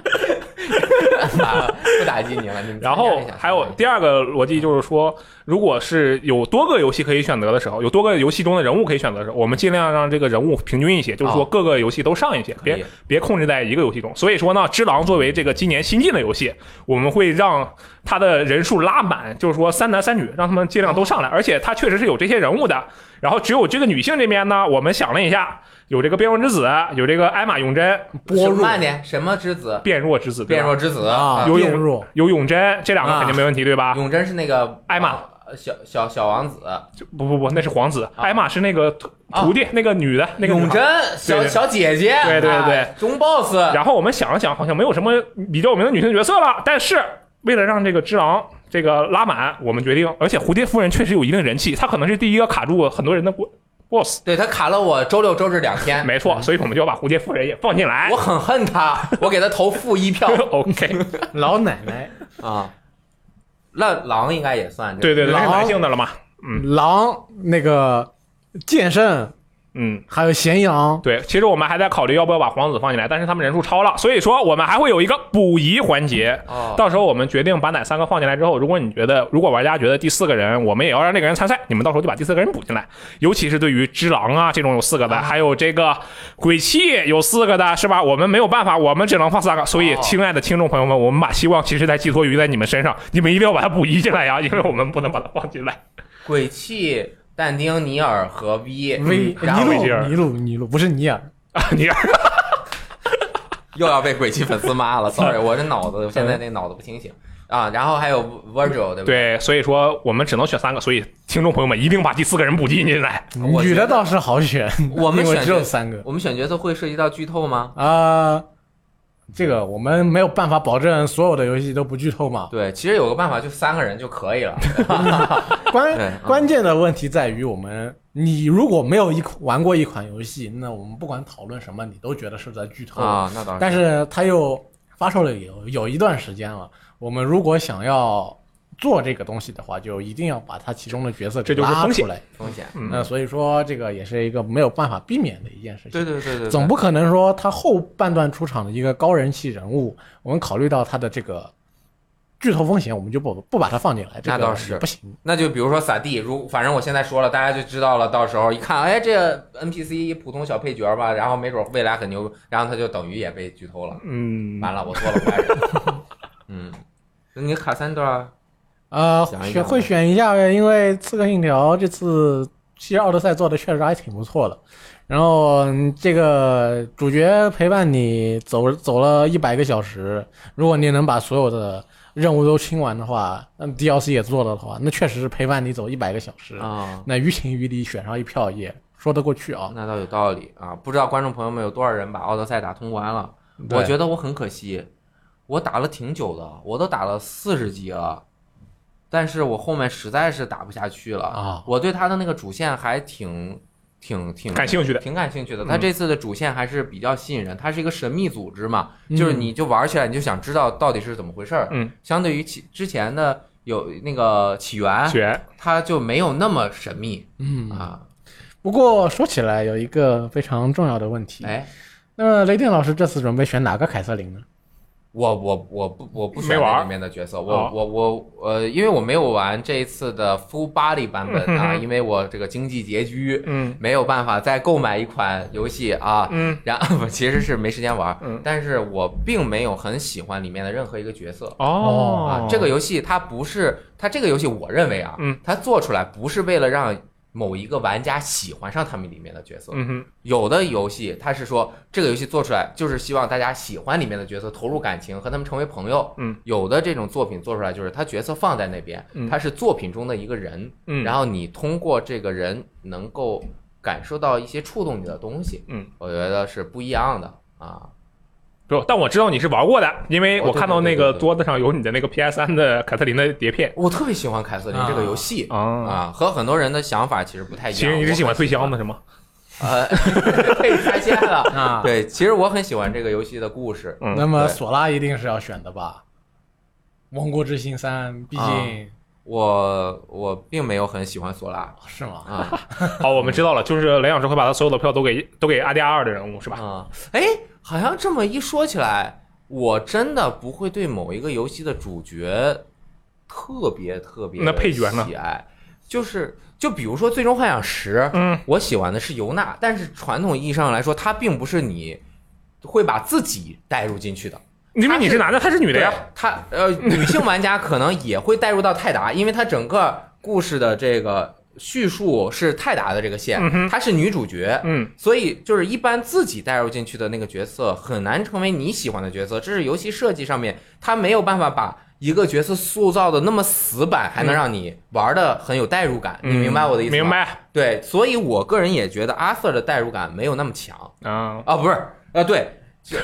不打击你了，你们 然后还有嗯第二个逻辑就是说，如果是有多个游戏可以选择的时候，有多个游戏中的人物可以选择的时候，我们尽量让这个人物平均一些，就是说哦各个游戏都上一些，可以别别控制在一个游戏中。所以说呢，《只狼》作为这个今年新进的游戏，我们会让它的人数拉满，就是说三男三女，让他们尽量都哦上来。而且它确实是有这些人物的。然后只有这个女性这边呢，我们想了一下，有这个变弱之子，有这个艾玛永贞，般若慢点，什么之子？变弱之子，对变吧弱之子啊，游变泳弱，有永贞，这两个啊肯定没问题，对吧？永贞是那个艾玛呃小小小王子，不不不，那是皇子，艾玛是那个徒徒弟，那个女的，那个女永孩。贞小对小姐姐，对对对啊，中 boss，然后我们想了想，好像没有什么比较有名的女性角色了。但是为了让这个之狼这个拉满，我们决定，而且蝴蝶夫人确实有一定人气，她可能是第一个卡住很多人的 boss，对他卡了我周六周日两天，没错，所以我们就要把蝴蝶夫人也放进来我。很恨他， 我给他投负一票 OK，老奶奶，啊。那狼应该也算这对个，对对，那是狼男性的了嘛？狼那个剑圣，嗯，还有咸阳，对。其实我们还在考虑要不要把皇子放进来，但是他们人数超了，所以说我们还会有一个补遗环节。哦，到时候我们决定把哪三个放进来之后，如果你觉得，如果玩家觉得第四个人，我们也要让这个人参赛，你们到时候就把第四个人补进来。尤其是对于只狼啊这种有四个的，还有这个鬼泣有四个的，是吧？我们没有办法，我们只能放三个。所以哦，亲爱的听众朋友们，我们把希望其实在寄托于在你们身上，你们一定要把它补遗进来呀，因为我们不能把它放进来。鬼泣、但丁、尼尔和 V 威然后尼维吉尔禄，尼禄，尼禄，不是尼尔，啊， 你 又要被鬼泣粉丝骂了，sorry，我这脑子现在那脑子不清醒啊。然后还有 Virgil，对不？对，所以说我们只能选三个，所以听众朋友们一定把第四个人补进进来。我女觉的得倒是好选，我们因为选只有择三个我们选角色会涉及到剧透吗？啊。这个我们没有办法保证所有的游戏都不剧透嘛。对，其实有个办法，就三个人就可以了。对关嗯关键的问题在于我们，你如果没有一款玩过一款游戏，那我们不管讨论什么，你都觉得是在剧透。啊，那倒是。但是它又发售了有有一段时间了，我们如果想要做这个东西的话，就一定要把它其中的角色这给就是拉风险出来。风险。嗯那所以说，这个也是一个没有办法避免的一件事情。对对对对，对总不可能说他后半段出场的一个高人气人物，我们考虑到他的这个剧透风险，我们就不不把它放进来，这那个倒是也不行。那就比如说撒地，如反正我现在说了，大家就知道了。到时候一看，哎，这个 NPC 普通小配角吧，然后没准未来很牛，然后他就等于也被剧透了。嗯，完了，我错了，我爱人。 嗯，那你卡三段儿啊呃，想啊一选想会选一下呗，因为《刺客信条》这次《七奥德赛》做的确实还挺不错的。然后嗯这个主角陪伴你走走了一百个小时，如果你能把所有的任务都清完的话，嗯，DLC 也做了的话，那确实是陪伴你走一百个小时。啊，那于情于理选上一票也说得过去啊。那倒有道理啊。不知道观众朋友们有多少人把《奥德赛》打通关了？对我觉得我很可惜，我打了挺久的，我都打了四十级了，但是我后面实在是打不下去了啊我对他的那个主线还挺挺挺感兴趣的，挺感兴趣的。嗯他这次的主线还是比较吸引人，它是一个神秘组织嘛，嗯就是你就玩起来你就想知道到底是怎么回事儿。嗯，相对于起之前的有那个起源，选它就没有那么神秘嗯，啊。不过说起来有一个非常重要的问题，哎，那么雷电老师这次准备选哪个凯瑟琳呢？我我我不我不没选玩儿那里面的角色，我哦我我呃，因为我没有玩这一次的 Full Body 版本啊， 嗯哼哼因为我这个经济拮据，嗯没有办法再购买一款游戏啊，嗯， 然后其实是没时间玩儿，嗯但是我并没有很喜欢里面的任何一个角色。啊哦，，这个游戏它不是，它这个游戏我认为啊，嗯，它做出来不是为了让某一个玩家喜欢上他们里面的角色。嗯哼，有的游戏它是说这个游戏做出来就是希望大家喜欢里面的角色，投入感情和他们成为朋友。嗯，有的这种作品做出来就是它角色放在那边嗯，它是作品中的一个人，嗯，然后你通过这个人能够感受到一些触动你的东西。嗯，我觉得是不一样的啊。不，但我知道你是玩过的，因为哦我对看到对对那个对对桌子上有你的那个 PS 三的凯特琳的碟片我特别喜欢凯瑟琳这个游戏啊。啊，和很多人的想法其实不太一样。其实你是喜欢退的。香的是吗？呃， 被发现了。啊，对，其实我很喜欢这个游戏的故事。嗯那么对索拉一定是要选的吧？《王国之心三》，毕竟、啊我我并没有很喜欢索拉是吗？啊好，哦我们知道了，就是雷嗯老师会把他所有的票都给都给阿迪亚二的人物是吧？啊！哎，好像这么一说起来，我真的不会对某一个游戏的主角特别特别那配角呢喜爱，就是就比如说《最终幻想十》，嗯，我喜欢的是尤娜，但是传统意义上来说，她并不是你会把自己带入进去的。因为你是男的，他是女的呀对，，她呃，女性玩家可能也会带入到泰达，因 为她整个故事的这个叙述是泰达的这个线嗯，哼她是女主角，嗯，所以就是一般自己带入进去的那个角色很难成为你喜欢的角色，这是游戏设计上面他没有办法把一个角色塑造的那么死板，还能让你玩的很有代入感。你明白我的意思吗？嗯明。白对，所以我个人也觉得阿 Sir 的代入感没有那么强啊，啊，不是，啊，对。就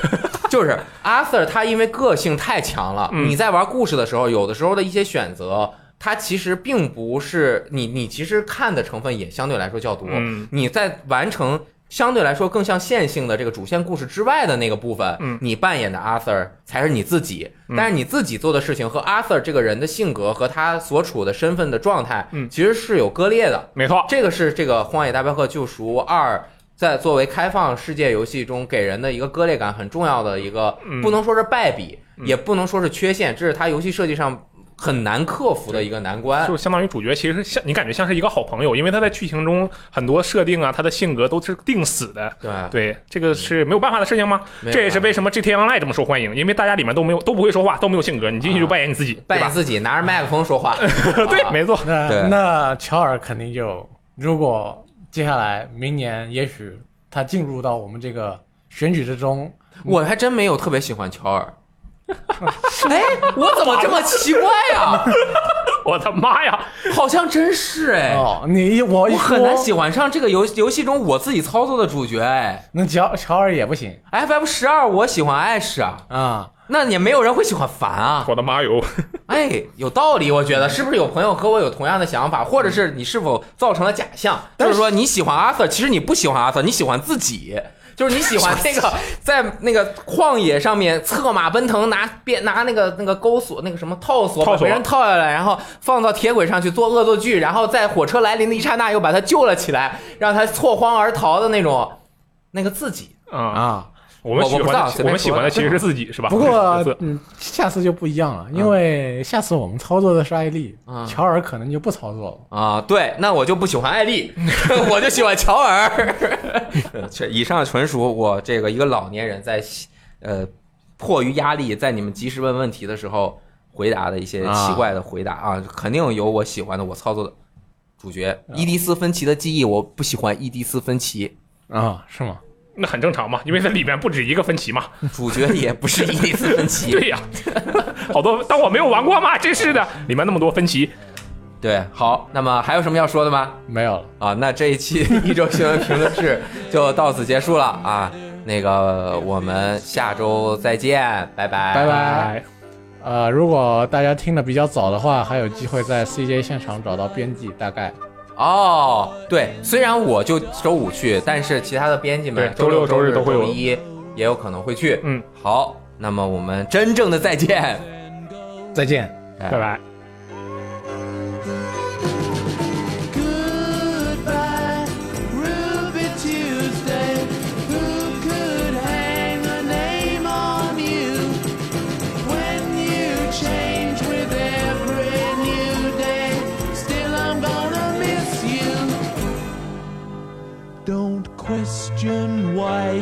就是阿 Sir 他因为个性太强了，嗯你在玩故事的时候，有的时候的一些选择，他其实并不是你你其实看的成分也相对来说较多，嗯你在完成相对来说更像线性的这个主线故事之外的那个部分，嗯你扮演的阿 Sir 才是你自己，嗯但是你自己做的事情和阿 Sir 这个人的性格和他所处的身份的状态，嗯其实是有割裂的。没错，这个是这个《荒野大镖客：救赎二》在作为开放世界游戏中给人的一个割裂感很重要的一个嗯，不能说是败笔，嗯也不能说是缺陷，这是它游戏设计上很难克服的一个难关。就相当于主角其实像你感觉像是一个好朋友，因为他在剧情中很多设定啊，他的性格都是定死的。对，对，这个是没有办法的事情吗？没有啊这也是办为什么 GTA Online 这么受欢迎，因为大家里面都没有都不会说话，都没有性格，你进去就扮演你自己，啊扮对演啊吧？自己拿着麦克风说 话，对，没错，那对那乔尔肯定就，如果接下来明年也许他进入到我们这个选举之中，我还真没有特别喜欢乔 尔。哎，我怎么这么奇怪 呀、我的妈呀！好像真是哎，哦，你我一说，我很难喜欢上这个游游戏中我自己操作的主角哎。那乔乔尔也不行 FF 十二我喜欢艾什啊，啊，那也没有人会喜欢凡啊。 我的妈哟！哎，有道理，我觉得是不是有朋友和我有同样的想法，或者是你是否造成了假象？就是说你喜欢阿 Sir，其实你不喜欢阿 Sir，你喜欢自己。就是你喜欢那个在那个旷野上面策马奔腾，拿鞭拿那个那个钩索那个什么套索套把索别人套下来，然后放到铁轨上去做恶作剧，然后在火车来临的一刹那又把他救了起来，让他错荒而逃的那种，那个自己啊，啊。我们我喜不知欢道的随我便们喜欢说的的其实是自 己，是吧？不 角过色，嗯，下次就不一样了，因为下次我们操作的是艾丽，嗯乔尔可能就不操作了。啊，对，那我就不喜欢艾丽， 我就喜欢乔尔。 这以上纯属我这个一个老年人在呃迫于压力，在你们及时问问题的时候回答的一些奇怪的回答啊肯定有我喜欢的，我操作的主角 E 伊迪丝芬奇的记忆，我不喜欢 E 伊迪丝芬奇，啊，是吗？那很正常嘛，因为它里面不止一个分歧嘛。主角也不是伊 E 迪丝芬奇， 对呀，好多，但我没有玩过嘛，真是的，里面那么多分歧，对，好，那么还有什么要说的吗？没有了。啊，那这一期 一周新闻评论室就到此结束了啊。那个，我们下周再见，拜拜，拜拜。呃，如果大家听的比较早的话，还有机会在 CJ 现场找到编辑，大概哦，对，虽然我就周五去，但是其他的编辑们对周六周周日都会有周一也有可能会去。嗯，好，那么我们真正的再见，再见。拜拜拜。 Goodbye, Ruby Tuesday. Who could hang a name on you when you change with every new day? Still, I'm gonna miss you. Don't question why